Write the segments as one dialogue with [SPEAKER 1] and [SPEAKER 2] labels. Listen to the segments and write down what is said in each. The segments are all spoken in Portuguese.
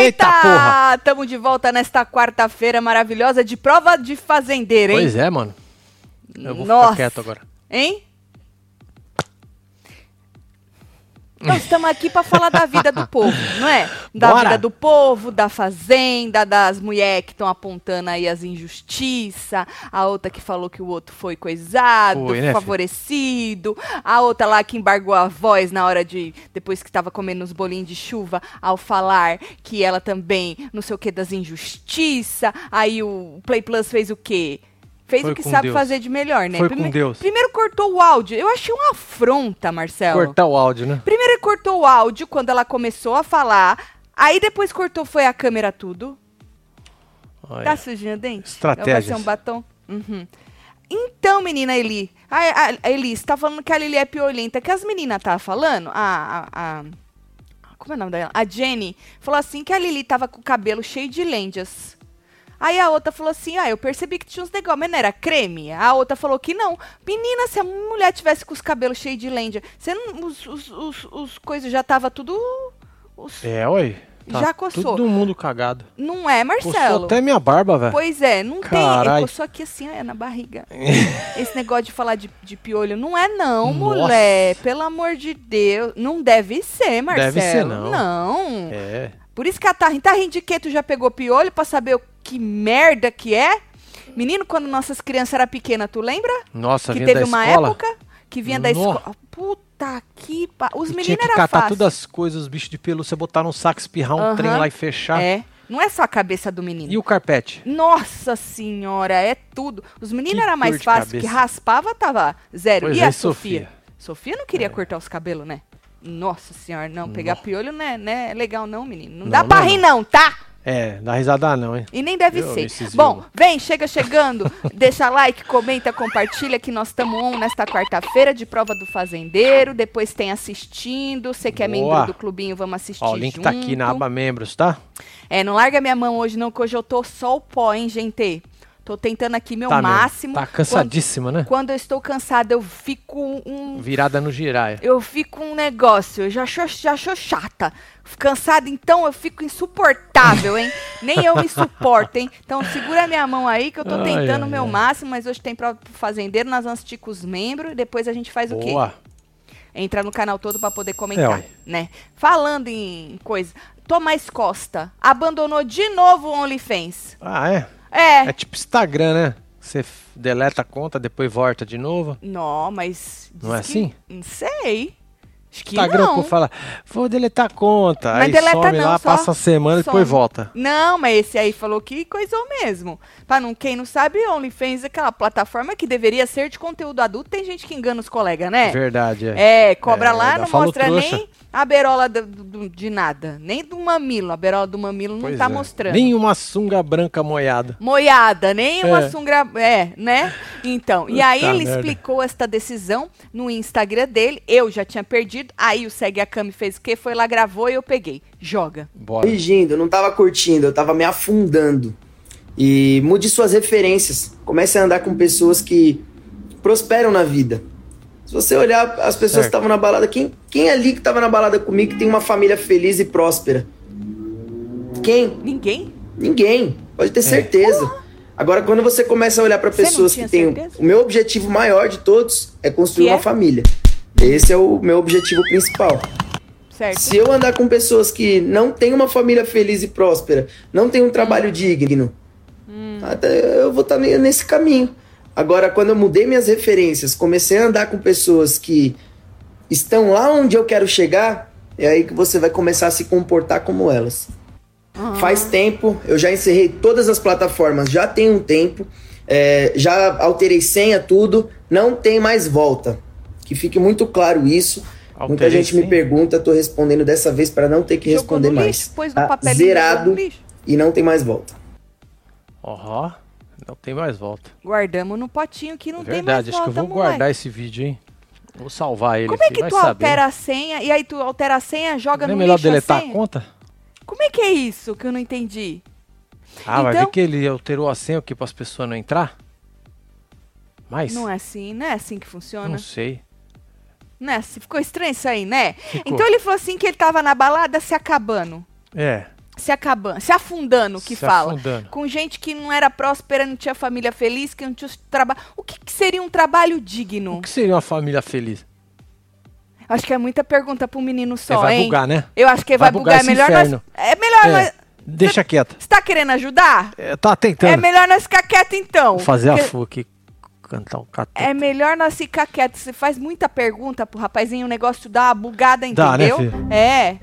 [SPEAKER 1] Eita, porra!
[SPEAKER 2] Tamo de volta nesta quarta-feira maravilhosa de prova de fazendeiro, hein?
[SPEAKER 1] Pois é, mano. Eu vou
[SPEAKER 2] Nossa.
[SPEAKER 1] ficar quieto agora.
[SPEAKER 2] Hein? Nós estamos aqui para falar da vida do povo, não é? Da
[SPEAKER 1] Bora.
[SPEAKER 2] vida do povo, da fazenda, das mulheres que estão apontando aí as injustiças, a outra que falou que o outro foi coisado,
[SPEAKER 1] Foi, né, filho?
[SPEAKER 2] favorecido, a outra lá que embargou a voz na hora de. depois que estava comendo uns bolinhos de chuva, ao falar que ela também, não sei o que, das injustiças. Aí o Play Plus fez o quê? Fez
[SPEAKER 1] Foi
[SPEAKER 2] o que
[SPEAKER 1] com
[SPEAKER 2] sabe
[SPEAKER 1] Deus.
[SPEAKER 2] fazer de melhor, né?
[SPEAKER 1] Foi com Deus.
[SPEAKER 2] Primeiro cortou o áudio. Eu achei uma afronta, Marcelo.
[SPEAKER 1] Cortar o áudio, né?
[SPEAKER 2] Primeiro ele cortou o áudio quando ela começou a falar. Aí depois cortou, foi a câmera tudo.
[SPEAKER 1] Olha.
[SPEAKER 2] Tá sujinho o dente?
[SPEAKER 1] Estratégias.
[SPEAKER 2] Vai ser um batom? Uhum. Então, menina Eli. A, a- a Eli, você tá falando que a Lili é piolenta. Que as meninas tá falando? A, a- a- Como é o nome dela? A Jenny falou assim que a Lili tava com o cabelo cheio de lendas. Aí a outra falou assim: Ah, eu percebi que tinha uns negócios, mas não era creme? A outra falou que não. Menina, se a mulher tivesse com os cabelos cheios de lenda, você não- os, os, os, os coisas já tava tudo. os-
[SPEAKER 1] É, oi. Tá
[SPEAKER 2] Já coçou.
[SPEAKER 1] Todo mundo cagado.
[SPEAKER 2] Não é,
[SPEAKER 1] Coçou
[SPEAKER 2] Marcelo?
[SPEAKER 1] até minha barba, velho.
[SPEAKER 2] Pois é, não tem.
[SPEAKER 1] Carai.
[SPEAKER 2] Ele coçou aqui assim, é, na barriga. Esse negócio de falar de, de piolho não é, não,
[SPEAKER 1] Nossa.
[SPEAKER 2] mulher. Pelo amor de Deus. Não deve ser, Marcelo.
[SPEAKER 1] Deve ser, não.
[SPEAKER 2] Não.
[SPEAKER 1] É.
[SPEAKER 2] Por isso que a Tarrin, Tarrin de que tu já pegou piolho pra saber o que merda que é? Menino, quando nossas crianças eram pequenas, tu lembra?
[SPEAKER 1] Nossa,
[SPEAKER 2] que
[SPEAKER 1] vinha Tá da
[SPEAKER 2] teve uma
[SPEAKER 1] escola.
[SPEAKER 2] época que vinha da
[SPEAKER 1] Nó.
[SPEAKER 2] escola. Puta que pa... Os
[SPEAKER 1] e tinha
[SPEAKER 2] meninos
[SPEAKER 1] que
[SPEAKER 2] eram
[SPEAKER 1] catar
[SPEAKER 2] fácil.
[SPEAKER 1] todas as coisas, os bichos de pelúcia, botar num saco, espirrar um
[SPEAKER 2] Aham.
[SPEAKER 1] trem lá e fechar.
[SPEAKER 2] É. Não é só a cabeça do menino.
[SPEAKER 1] E o carpete?
[SPEAKER 2] Nossa senhora, é tudo. Os meninos
[SPEAKER 1] Que
[SPEAKER 2] era mais
[SPEAKER 1] dor de
[SPEAKER 2] fácil, que
[SPEAKER 1] cabeça.
[SPEAKER 2] raspava, tava zero.
[SPEAKER 1] Pois
[SPEAKER 2] e
[SPEAKER 1] é,
[SPEAKER 2] a
[SPEAKER 1] e
[SPEAKER 2] Sofia?
[SPEAKER 1] Sofia? É.
[SPEAKER 2] Sofia, não queria cortar os cabelos, né? Nossa senhora, não, pegar piolho não é, não é legal não, menino. Não,
[SPEAKER 1] Não,
[SPEAKER 2] dá pra
[SPEAKER 1] não,
[SPEAKER 2] rir não, tá?
[SPEAKER 1] É, dá risada não, hein?
[SPEAKER 2] E nem deve
[SPEAKER 1] Eu,
[SPEAKER 2] ser.
[SPEAKER 1] esses
[SPEAKER 2] Bom,
[SPEAKER 1] violão.
[SPEAKER 2] vem, chega chegando, deixa like, comenta, compartilha que nós estamos on nesta quarta-feira de prova do fazendeiro, depois tem assistindo, você que é membro
[SPEAKER 1] Boa.
[SPEAKER 2] do clubinho, vamos assistir
[SPEAKER 1] Ó, o link tá aqui na
[SPEAKER 2] junto.
[SPEAKER 1] aba membros, tá?
[SPEAKER 2] É, não larga minha mão hoje, não, que hoje eu tô só o pó, hein, gente? Tô tentando aqui meu
[SPEAKER 1] tá mesmo.
[SPEAKER 2] É máximo.
[SPEAKER 1] Tá cansadíssima,
[SPEAKER 2] Quando, quando eu estou cansada, eu fico um.
[SPEAKER 1] né? Virada no giraia.
[SPEAKER 2] Eu fico um negócio, eu já sou, já sou chata. Cansada, então eu fico insuportável, hein? Nem eu me suporto, hein? Então segura minha mão aí que eu tô
[SPEAKER 1] Ai,
[SPEAKER 2] tentando o
[SPEAKER 1] ai,
[SPEAKER 2] meu
[SPEAKER 1] ai.
[SPEAKER 2] máximo, mas hoje tem prova pro fazendeiro, nós vamos assistir com os membros e depois a gente faz o quê?
[SPEAKER 1] Boa.
[SPEAKER 2] Entra no canal todo pra poder comentar,
[SPEAKER 1] É, ué.
[SPEAKER 2] né? Falando em coisa, Tomás Costa abandonou de novo o OnlyFans.
[SPEAKER 1] Ah, é?
[SPEAKER 2] É.
[SPEAKER 1] É tipo Instagram, né? Você f- deleta a conta, depois volta de novo.
[SPEAKER 2] Não, mas diz
[SPEAKER 1] Não é
[SPEAKER 2] que-
[SPEAKER 1] assim?
[SPEAKER 2] Não sei. Acho que
[SPEAKER 1] Instagram
[SPEAKER 2] não.
[SPEAKER 1] pô, fala, vou deletar a conta.
[SPEAKER 2] Mas
[SPEAKER 1] aí
[SPEAKER 2] deleta
[SPEAKER 1] some
[SPEAKER 2] não,
[SPEAKER 1] lá,
[SPEAKER 2] só-
[SPEAKER 1] passa a semana e
[SPEAKER 2] some.
[SPEAKER 1] depois volta.
[SPEAKER 2] Não, mas esse aí falou que coisou mesmo. Pra não, quem não sabe, OnlyFans é aquela plataforma que deveria ser de conteúdo adulto. Tem gente que engana os colegas, né?
[SPEAKER 1] Verdade, é.
[SPEAKER 2] É, cobra
[SPEAKER 1] É,
[SPEAKER 2] lá,
[SPEAKER 1] dá
[SPEAKER 2] não
[SPEAKER 1] falo
[SPEAKER 2] mostra
[SPEAKER 1] trouxa.
[SPEAKER 2] nem a berola do- do- de nada. Nem do mamilo. A berola do mamilo não
[SPEAKER 1] Pois
[SPEAKER 2] tá
[SPEAKER 1] é.
[SPEAKER 2] mostrando.
[SPEAKER 1] Nem uma sunga branca moiada.
[SPEAKER 2] Moiada, nem uma
[SPEAKER 1] É.
[SPEAKER 2] sungra. É, né? Então, e
[SPEAKER 1] Puta
[SPEAKER 2] aí ele
[SPEAKER 1] merda.
[SPEAKER 2] explicou esta decisão no Instagram dele. Eu já tinha perdido. Aí o Segue a Cami fez o quê? Foi lá, gravou e eu peguei. Joga.
[SPEAKER 1] Bora.
[SPEAKER 3] corrigindo, eu não tava curtindo, eu tava me afundando. E mude suas referências. Comece a andar com pessoas que prosperam na vida. Se você olhar as pessoas
[SPEAKER 1] Certo.
[SPEAKER 3] que estavam na balada, quem, quem é ali que tava na balada comigo que tem uma família feliz e próspera? Quem?
[SPEAKER 2] Ninguém?
[SPEAKER 3] Ninguém. Pode ter certeza. Agora, quando você começa a olhar para
[SPEAKER 2] É. Você não
[SPEAKER 3] pessoas
[SPEAKER 2] tinha
[SPEAKER 3] que têm.
[SPEAKER 2] certeza?
[SPEAKER 3] O meu objetivo maior de todos é construir
[SPEAKER 2] Que
[SPEAKER 3] uma
[SPEAKER 2] é?
[SPEAKER 3] família. Esse é o meu objetivo principal.
[SPEAKER 2] Certo?
[SPEAKER 3] Se eu andar com pessoas que não têm uma família feliz e próspera, não têm um trabalho digno, até eu vou estar nesse caminho. Agora, quando eu mudei minhas referências, comecei a andar com pessoas que estão lá onde eu quero chegar, é aí que você vai começar a se comportar como elas. Faz tempo, eu já encerrei todas as plataformas, já tem um tempo, é, já alterei senha, tudo, não tem mais volta. Que fique muito claro isso. Muita
[SPEAKER 1] Alterei
[SPEAKER 3] gente me
[SPEAKER 1] senha?
[SPEAKER 3] pergunta, tô respondendo dessa vez para não ter que
[SPEAKER 2] Jogou
[SPEAKER 3] responder
[SPEAKER 2] no
[SPEAKER 3] mais.
[SPEAKER 2] lixo, pôs no
[SPEAKER 3] Tá
[SPEAKER 2] papelinho, jogou
[SPEAKER 3] zerado
[SPEAKER 2] no lixo.
[SPEAKER 3] e não tem mais volta.
[SPEAKER 1] Ó, não tem mais volta.
[SPEAKER 2] Guardamos no potinho que não
[SPEAKER 1] Verdade,
[SPEAKER 2] tem mais
[SPEAKER 1] acho que
[SPEAKER 2] volta,
[SPEAKER 1] eu vou
[SPEAKER 2] mamãe.
[SPEAKER 1] guardar esse vídeo, hein? Vou salvar ele
[SPEAKER 2] Como é
[SPEAKER 1] aqui,
[SPEAKER 2] que
[SPEAKER 1] vai
[SPEAKER 2] tu
[SPEAKER 1] saber.
[SPEAKER 2] altera a senha e aí tu altera a senha, joga
[SPEAKER 1] Não é
[SPEAKER 2] no
[SPEAKER 1] melhor
[SPEAKER 2] lixo
[SPEAKER 1] deletar
[SPEAKER 2] a
[SPEAKER 1] a
[SPEAKER 2] senha?
[SPEAKER 1] conta?
[SPEAKER 2] Como é que é isso que eu não entendi?
[SPEAKER 1] Ah, vai
[SPEAKER 2] Então-
[SPEAKER 1] ver que ele alterou a senha aqui para as pessoas não entrar? Mas,
[SPEAKER 2] Não é assim, não é assim que funciona.
[SPEAKER 1] não sei.
[SPEAKER 2] Né? Se Ficou estranho isso aí, né?
[SPEAKER 1] Ficou.
[SPEAKER 2] Então ele falou assim que ele tava na balada se acabando.
[SPEAKER 1] É,
[SPEAKER 2] se acabando, se afundando, que
[SPEAKER 1] Se
[SPEAKER 2] fala.
[SPEAKER 1] afundando.
[SPEAKER 2] Com gente que não era próspera, não tinha família feliz, que não tinha trabalho. O que, que seria um trabalho digno?
[SPEAKER 1] O que seria uma família feliz?
[SPEAKER 2] Acho que é muita pergunta para um menino
[SPEAKER 1] Você
[SPEAKER 2] só,
[SPEAKER 1] vai
[SPEAKER 2] hein?
[SPEAKER 1] bugar, né?
[SPEAKER 2] Eu acho que
[SPEAKER 1] Vai
[SPEAKER 2] vai, bugar.
[SPEAKER 1] bugar
[SPEAKER 2] É
[SPEAKER 1] esse
[SPEAKER 2] melhor nós.
[SPEAKER 1] inferno.
[SPEAKER 2] É melhor
[SPEAKER 1] É,
[SPEAKER 2] nós.
[SPEAKER 1] Deixa quieta.
[SPEAKER 2] Você tá querendo ajudar?
[SPEAKER 1] É, tá tentando.
[SPEAKER 2] É melhor nós ficar quieto então.
[SPEAKER 1] Vou fazer a
[SPEAKER 2] Porque-
[SPEAKER 1] FU aqui cantar um catu.
[SPEAKER 2] É melhor nós ficar quieto. Você faz muita pergunta pro rapazinho, o negócio dá uma bugada,
[SPEAKER 1] Dá, né,
[SPEAKER 2] entendeu? é.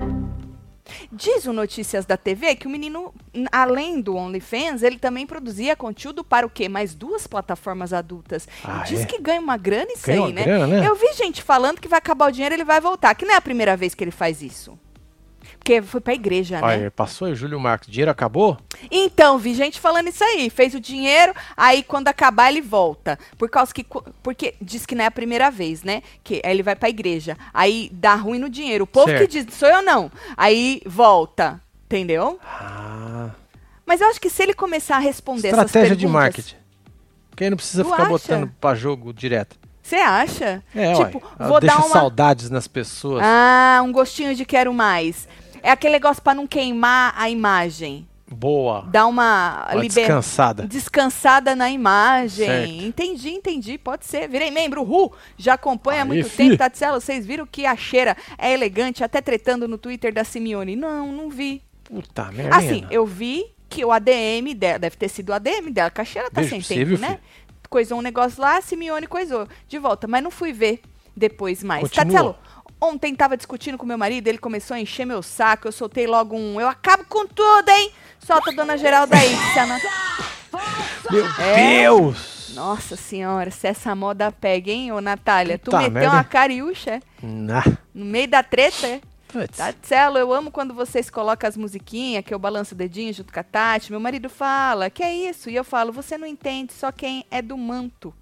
[SPEAKER 2] Diz o Notícias da TV que o menino, n- além do OnlyFans, ele também produzia conteúdo para o quê? Mais duas plataformas adultas.
[SPEAKER 1] Ah,
[SPEAKER 2] e diz
[SPEAKER 1] é?
[SPEAKER 2] que ganha uma grana isso
[SPEAKER 1] Ganha
[SPEAKER 2] aí,
[SPEAKER 1] uma
[SPEAKER 2] né?
[SPEAKER 1] grana, né?
[SPEAKER 2] Eu vi gente falando que vai acabar o dinheiro e ele vai voltar. Que não é a primeira vez que ele faz isso. Porque foi pra igreja, né?
[SPEAKER 1] Aí, passou aí, Júlio Marcos. Dinheiro acabou?
[SPEAKER 2] Então, vi gente falando isso aí. Fez o dinheiro, aí quando acabar ele volta. Por causa que. co- Porque diz que não é a primeira vez, né? Que aí ele vai pra igreja. Aí dá ruim no dinheiro. O povo
[SPEAKER 1] Certo.
[SPEAKER 2] que diz, sou eu não. Aí volta. Entendeu?
[SPEAKER 1] Ah,
[SPEAKER 2] Mas eu acho que se ele começar a responder essas
[SPEAKER 1] estratégia
[SPEAKER 2] Um perguntas.
[SPEAKER 1] de marketing. Quem não precisa
[SPEAKER 2] Tu
[SPEAKER 1] ficar
[SPEAKER 2] acha?
[SPEAKER 1] botando pra jogo direto.
[SPEAKER 2] Você acha?
[SPEAKER 1] É,
[SPEAKER 2] tipo,
[SPEAKER 1] ué,
[SPEAKER 2] vou
[SPEAKER 1] deixa
[SPEAKER 2] dar uma.
[SPEAKER 1] saudades nas pessoas.
[SPEAKER 2] Ah, um gostinho de quero mais. É aquele negócio pra não queimar a imagem.
[SPEAKER 1] Boa.
[SPEAKER 2] Dá uma,
[SPEAKER 1] Uma
[SPEAKER 2] liberdade.
[SPEAKER 1] descansada.
[SPEAKER 2] Descansada na imagem.
[SPEAKER 1] Certo.
[SPEAKER 2] Entendi, entendi. Pode ser. Virei membro. Ru, já acompanha há
[SPEAKER 1] Aí,
[SPEAKER 2] muito
[SPEAKER 1] fi.
[SPEAKER 2] tempo. Tatiela, vocês viram que a cheira é elegante, até tretando no Twitter da Simeone. Não, não vi.
[SPEAKER 1] Puta merda.
[SPEAKER 2] Assim, eu vi que o ADM dela, deve ter sido o ADM dela, que a cheira tá
[SPEAKER 1] Beijo
[SPEAKER 2] sem
[SPEAKER 1] pra você,
[SPEAKER 2] tempo,
[SPEAKER 1] viu,
[SPEAKER 2] né?
[SPEAKER 1] fi?
[SPEAKER 2] Coisou um negócio lá, a Simeone coisou. De volta, mas não fui ver depois mais.
[SPEAKER 1] Continua.
[SPEAKER 2] Tatielo, ontem tava discutindo com meu marido, ele começou a encher meu saco, eu soltei logo um. Eu acabo com tudo, hein? Solta a dona Geralda aí, Tiziana.
[SPEAKER 1] Meu
[SPEAKER 2] É.
[SPEAKER 1] Deus!
[SPEAKER 2] Nossa senhora, se essa moda pega, hein, ô Natália? Tu
[SPEAKER 1] Puta
[SPEAKER 2] meteu
[SPEAKER 1] merda,
[SPEAKER 2] uma
[SPEAKER 1] hein?
[SPEAKER 2] cariúcha é?
[SPEAKER 1] Na-
[SPEAKER 2] no meio da treta, é?
[SPEAKER 1] Putz.
[SPEAKER 2] Tatielo, eu amo quando vocês colocam as musiquinhas, que eu balanço o dedinho junto com a Tati. Meu marido fala, que é isso? E eu falo, você não entende, só quem é do manto.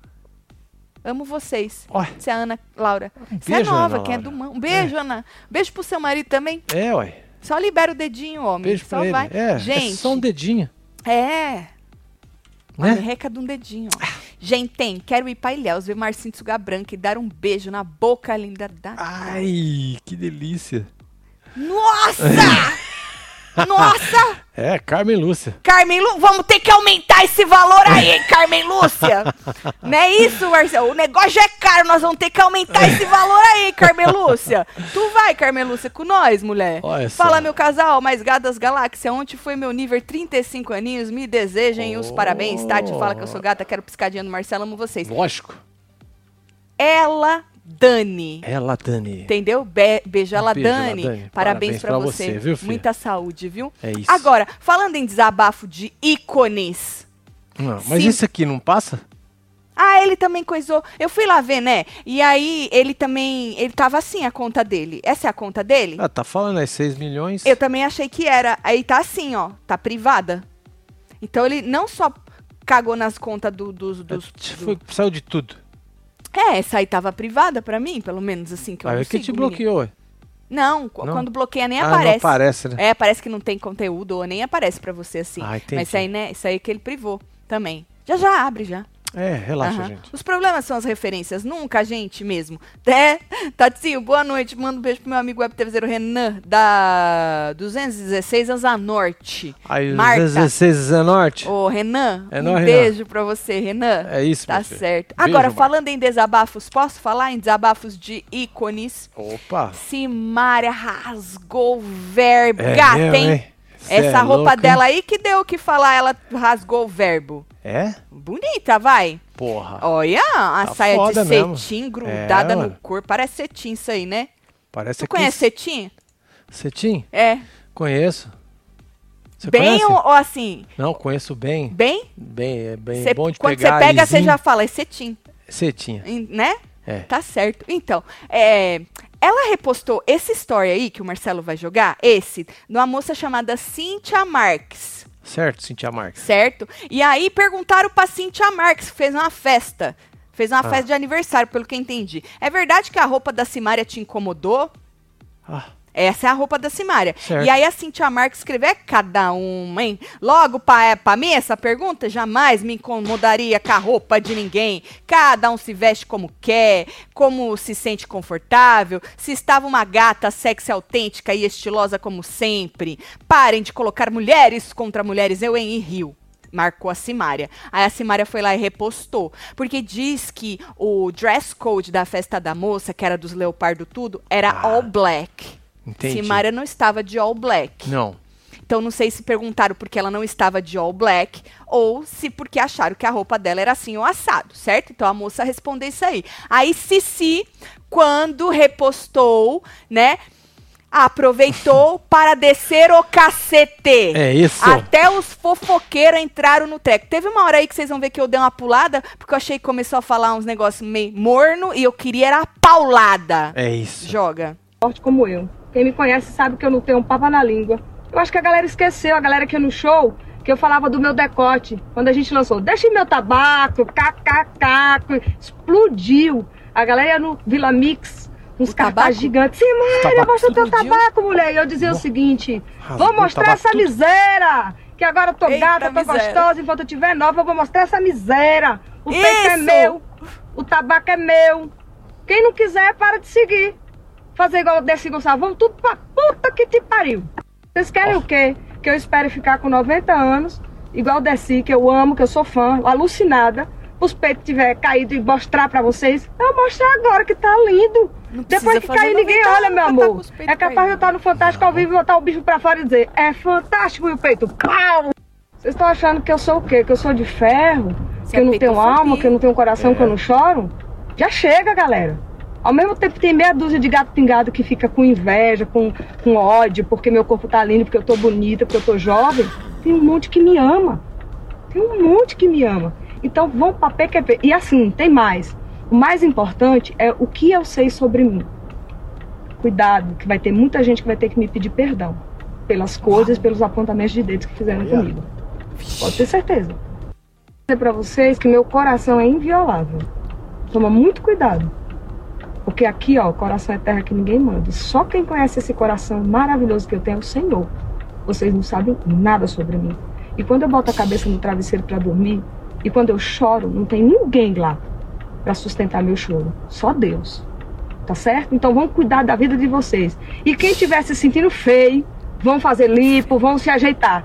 [SPEAKER 2] Amo vocês.
[SPEAKER 1] Ó,
[SPEAKER 2] Você é a Ana Laura. Você é
[SPEAKER 1] um beijo,
[SPEAKER 2] nova,
[SPEAKER 1] Ana
[SPEAKER 2] quem é
[SPEAKER 1] Laura.
[SPEAKER 2] do manto. Um beijo, Ana. Beijo pro seu marido também.
[SPEAKER 1] É, ué.
[SPEAKER 2] Só libera o dedinho, homem.
[SPEAKER 1] Beijo
[SPEAKER 2] só
[SPEAKER 1] pra ele.
[SPEAKER 2] vai.
[SPEAKER 1] É,
[SPEAKER 2] Gente,
[SPEAKER 1] é só um dedinho,
[SPEAKER 2] é. Uma
[SPEAKER 1] né?
[SPEAKER 2] merreca de um dedinho. ó. Gente, tem. Quero ir pra Ilhéus, ver Marcinho de Suga Branca e dar um beijo na boca linda da...
[SPEAKER 1] Ai, que delícia.
[SPEAKER 2] Nossa! Nossa!
[SPEAKER 1] É, Carmen Lúcia.
[SPEAKER 2] Carmen Lúcia, vamos ter que aumentar esse valor aí, hein, Carmen Lúcia? Não é isso, Marcelo? O negócio já é caro, nós vamos ter que aumentar esse valor aí, Carmen Lúcia. Tu vai, Carmen Lúcia, com nós, mulher.
[SPEAKER 1] Olha só.
[SPEAKER 2] Fala, meu casal, mais gadas galáxia, ontem foi meu nível 35 aninhos, me desejem os
[SPEAKER 1] Oh.
[SPEAKER 2] parabéns, Tati, fala que eu sou gata, quero piscadinha do Marcelo, amo vocês.
[SPEAKER 1] Lógico.
[SPEAKER 2] Ela Dani.
[SPEAKER 1] Ela, Dani.
[SPEAKER 2] Entendeu? Be beijo ela,
[SPEAKER 1] Beijo, ela,
[SPEAKER 2] Dani.
[SPEAKER 1] Dani.
[SPEAKER 2] Parabéns, pra, você.
[SPEAKER 1] viu, filha?
[SPEAKER 2] Muita saúde, viu?
[SPEAKER 1] É isso.
[SPEAKER 2] Agora, falando em desabafo de ícones.
[SPEAKER 1] Não, mas
[SPEAKER 2] Sim.
[SPEAKER 1] isso aqui não passa?
[SPEAKER 2] Ah, ele também coisou. Eu fui lá ver, né? E aí ele também, ele tava assim a conta dele. Essa é a conta dele?
[SPEAKER 1] Ah, tá falando aí 6 milhões.
[SPEAKER 2] Eu também achei que era. Aí tá assim, ó, tá privada. Então ele não só cagou nas contas do- dos,
[SPEAKER 1] É,
[SPEAKER 2] dos,
[SPEAKER 1] Foi- Saiu de tudo.
[SPEAKER 2] É, essa aí tava privada pra mim, pelo menos assim que eu
[SPEAKER 1] Aí
[SPEAKER 2] não
[SPEAKER 1] é que
[SPEAKER 2] sigo,
[SPEAKER 1] te
[SPEAKER 2] menino.
[SPEAKER 1] bloqueou, ué.
[SPEAKER 2] Não, qu-
[SPEAKER 1] Não?
[SPEAKER 2] quando bloqueia nem
[SPEAKER 1] Ah, não
[SPEAKER 2] aparece.
[SPEAKER 1] aparece, né?
[SPEAKER 2] É, parece que não tem conteúdo ou nem aparece pra você assim.
[SPEAKER 1] Ah, entendi.
[SPEAKER 2] Mas isso aí, né, isso aí que ele privou também. Já já abre já.
[SPEAKER 1] É, relaxa,
[SPEAKER 2] Aham.
[SPEAKER 1] gente.
[SPEAKER 2] Os problemas são as referências, nunca a gente mesmo. É, Tatinho, boa noite. Manda um beijo pro meu amigo web TVZero Renan da 216 Asa Norte.
[SPEAKER 1] Aí,
[SPEAKER 2] Marta.
[SPEAKER 1] 16 é norte?
[SPEAKER 2] Ô, Renan,
[SPEAKER 1] É
[SPEAKER 2] um
[SPEAKER 1] nóis, Renan.
[SPEAKER 2] beijo pra você, Renan.
[SPEAKER 1] É isso,
[SPEAKER 2] Tá
[SPEAKER 1] meu filho.
[SPEAKER 2] certo.
[SPEAKER 1] Beijo,
[SPEAKER 2] Agora,
[SPEAKER 1] Marta.
[SPEAKER 2] falando em desabafos, posso falar em desabafos de ícones?
[SPEAKER 1] Opa.
[SPEAKER 2] Simária rasgou verbo.
[SPEAKER 1] É
[SPEAKER 2] Gata,
[SPEAKER 1] mesmo,
[SPEAKER 2] hein?
[SPEAKER 1] hein? Cê
[SPEAKER 2] Essa
[SPEAKER 1] é
[SPEAKER 2] roupa
[SPEAKER 1] louco, hein?
[SPEAKER 2] dela aí que deu o que falar, ela rasgou o verbo.
[SPEAKER 1] É?
[SPEAKER 2] Bonita, vai.
[SPEAKER 1] Porra.
[SPEAKER 2] Olha, a
[SPEAKER 1] Ah. Tá
[SPEAKER 2] saia de
[SPEAKER 1] foda mesmo.
[SPEAKER 2] cetim grudada
[SPEAKER 1] É,
[SPEAKER 2] no
[SPEAKER 1] mano.
[SPEAKER 2] corpo. Parece cetim isso aí, né?
[SPEAKER 1] Parece
[SPEAKER 2] Tu
[SPEAKER 1] aqui.
[SPEAKER 2] conhece cetim?
[SPEAKER 1] Cetim?
[SPEAKER 2] É.
[SPEAKER 1] Conheço. Você
[SPEAKER 2] bem
[SPEAKER 1] conhece?
[SPEAKER 2] ou, ou assim?
[SPEAKER 1] Não, conheço bem.
[SPEAKER 2] Bem?
[SPEAKER 1] Bem, é bem
[SPEAKER 2] Cê-
[SPEAKER 1] bom de
[SPEAKER 2] quando
[SPEAKER 1] pegar.
[SPEAKER 2] você pega, você
[SPEAKER 1] lisinho.
[SPEAKER 2] já fala, é cetim,
[SPEAKER 1] Cetinha.
[SPEAKER 2] em- né?
[SPEAKER 1] É.
[SPEAKER 2] Tá certo. Então, é, ela repostou esse story aí que o Marcelo vai jogar, esse, de uma moça chamada Cynthia Marques.
[SPEAKER 1] Certo, Cintia Marques.
[SPEAKER 2] Certo? E aí perguntaram pra Cintia Marques, que fez uma festa. Fez uma festa de aniversário, pelo que eu entendi. É verdade que a roupa da Simária te incomodou?
[SPEAKER 1] Ah,
[SPEAKER 2] Essa é a roupa da Simária.
[SPEAKER 1] Certo.
[SPEAKER 2] E aí a Cintia Marques escreveu, é cada uma, hein? Logo para pra mim, essa pergunta jamais me incomodaria com a roupa de ninguém. Cada um se veste como quer, como se sente confortável, se estava uma gata sexy autêntica e estilosa como sempre. Parem de colocar mulheres contra mulheres, eu em Rio. Marcou a Simária. Aí a Simária foi lá e repostou. Porque diz que o dress code da festa da moça, que era dos leopardo tudo, era
[SPEAKER 1] Ah.
[SPEAKER 2] all black.
[SPEAKER 1] Entendi.
[SPEAKER 2] Simária não estava de all black.
[SPEAKER 1] Não.
[SPEAKER 2] Então não sei se perguntaram porque ela não estava de all black ou se porque acharam que a roupa dela era assim ou assado, certo? Então a moça respondeu isso aí. Aí Cici, quando repostou, né, aproveitou para descer o cacete.
[SPEAKER 1] É isso.
[SPEAKER 2] Até os fofoqueiros entraram no treco. Teve uma hora aí que vocês vão ver que eu dei uma pulada, porque eu achei que começou a falar uns negócios meio morno e eu queria era a paulada.
[SPEAKER 1] É isso.
[SPEAKER 2] Joga.
[SPEAKER 4] forte como eu. Quem me conhece sabe que eu não tenho um papo na língua. Eu acho que a galera esqueceu, a galera aqui no show, que eu falava do meu decote. Quando a gente lançou, deixe meu tabaco, kkk, explodiu. A galera ia no Vila Mix, uns
[SPEAKER 2] O tabaco?
[SPEAKER 4] cartazes gigantes. Sim, mãe,
[SPEAKER 1] tabaco
[SPEAKER 4] mostra teu
[SPEAKER 2] explodiu?
[SPEAKER 4] tabaco, mulher. E eu dizia o
[SPEAKER 1] Bom.
[SPEAKER 4] seguinte,
[SPEAKER 1] Rasgou
[SPEAKER 4] vou
[SPEAKER 1] o
[SPEAKER 4] mostrar
[SPEAKER 1] tabaco
[SPEAKER 4] essa
[SPEAKER 1] tudo.
[SPEAKER 4] miséria. Que agora eu tô
[SPEAKER 2] Eita,
[SPEAKER 4] gata, tô
[SPEAKER 2] miséria.
[SPEAKER 4] gostosa, enquanto eu tiver nova, eu vou mostrar essa miséria. O peito é
[SPEAKER 2] Isso!
[SPEAKER 4] meu, o tabaco é meu. Quem não quiser, para de seguir. Fazer igual o Desi Gonçalves, vamos tudo pra puta que te pariu. Vocês querem o quê? Que eu espere ficar com 90 anos, igual o Desi, que eu amo, que eu sou fã, alucinada. Os peitos tiver caído e mostrar pra vocês, eu mostro agora que tá lindo.
[SPEAKER 2] Não
[SPEAKER 4] Depois
[SPEAKER 2] precisa
[SPEAKER 4] que
[SPEAKER 2] fazer
[SPEAKER 4] cair, ninguém
[SPEAKER 2] 90
[SPEAKER 4] olha, meu
[SPEAKER 2] anos pra tá com
[SPEAKER 4] amor.
[SPEAKER 2] os peitos
[SPEAKER 4] É capaz de eu
[SPEAKER 2] caídos.
[SPEAKER 4] estar no Fantástico ao vivo e botar o bicho pra fora e dizer: É fantástico, e o peito. Pau! Vocês estão achando que eu sou o quê? Que eu sou de ferro?
[SPEAKER 2] Você
[SPEAKER 4] que eu
[SPEAKER 2] é
[SPEAKER 4] não tenho
[SPEAKER 2] peitofobia.
[SPEAKER 4] alma? Que eu não tenho coração? Que eu não choro? Já chega, galera. Ao mesmo tempo tem meia dúzia de gato pingado que fica com inveja, com, com ódio, porque meu corpo tá lindo, porque eu tô bonita, porque eu tô jovem. Tem um monte que me ama. Tem um monte que me ama. Então vão pra PQP. E assim, tem mais. O mais importante é o que eu sei sobre mim. Cuidado, que vai ter muita gente que vai ter que me pedir perdão pelas coisas, pelos apontamentos de dedos que fizeram
[SPEAKER 3] Olha.
[SPEAKER 4] comigo. Pode ter certeza. Vou dizer pra vocês que meu coração é inviolável. Toma muito cuidado. Porque aqui, ó, o coração é terra que ninguém manda. Só quem conhece esse coração maravilhoso que eu tenho é o Senhor. Vocês não sabem nada sobre mim. E quando eu boto a cabeça no travesseiro pra dormir, e quando eu choro, não tem ninguém lá pra sustentar meu choro. Só Deus. Tá certo? Então vamos cuidar da vida de vocês. E quem estiver se sentindo feio, vão fazer limpo, vão se ajeitar.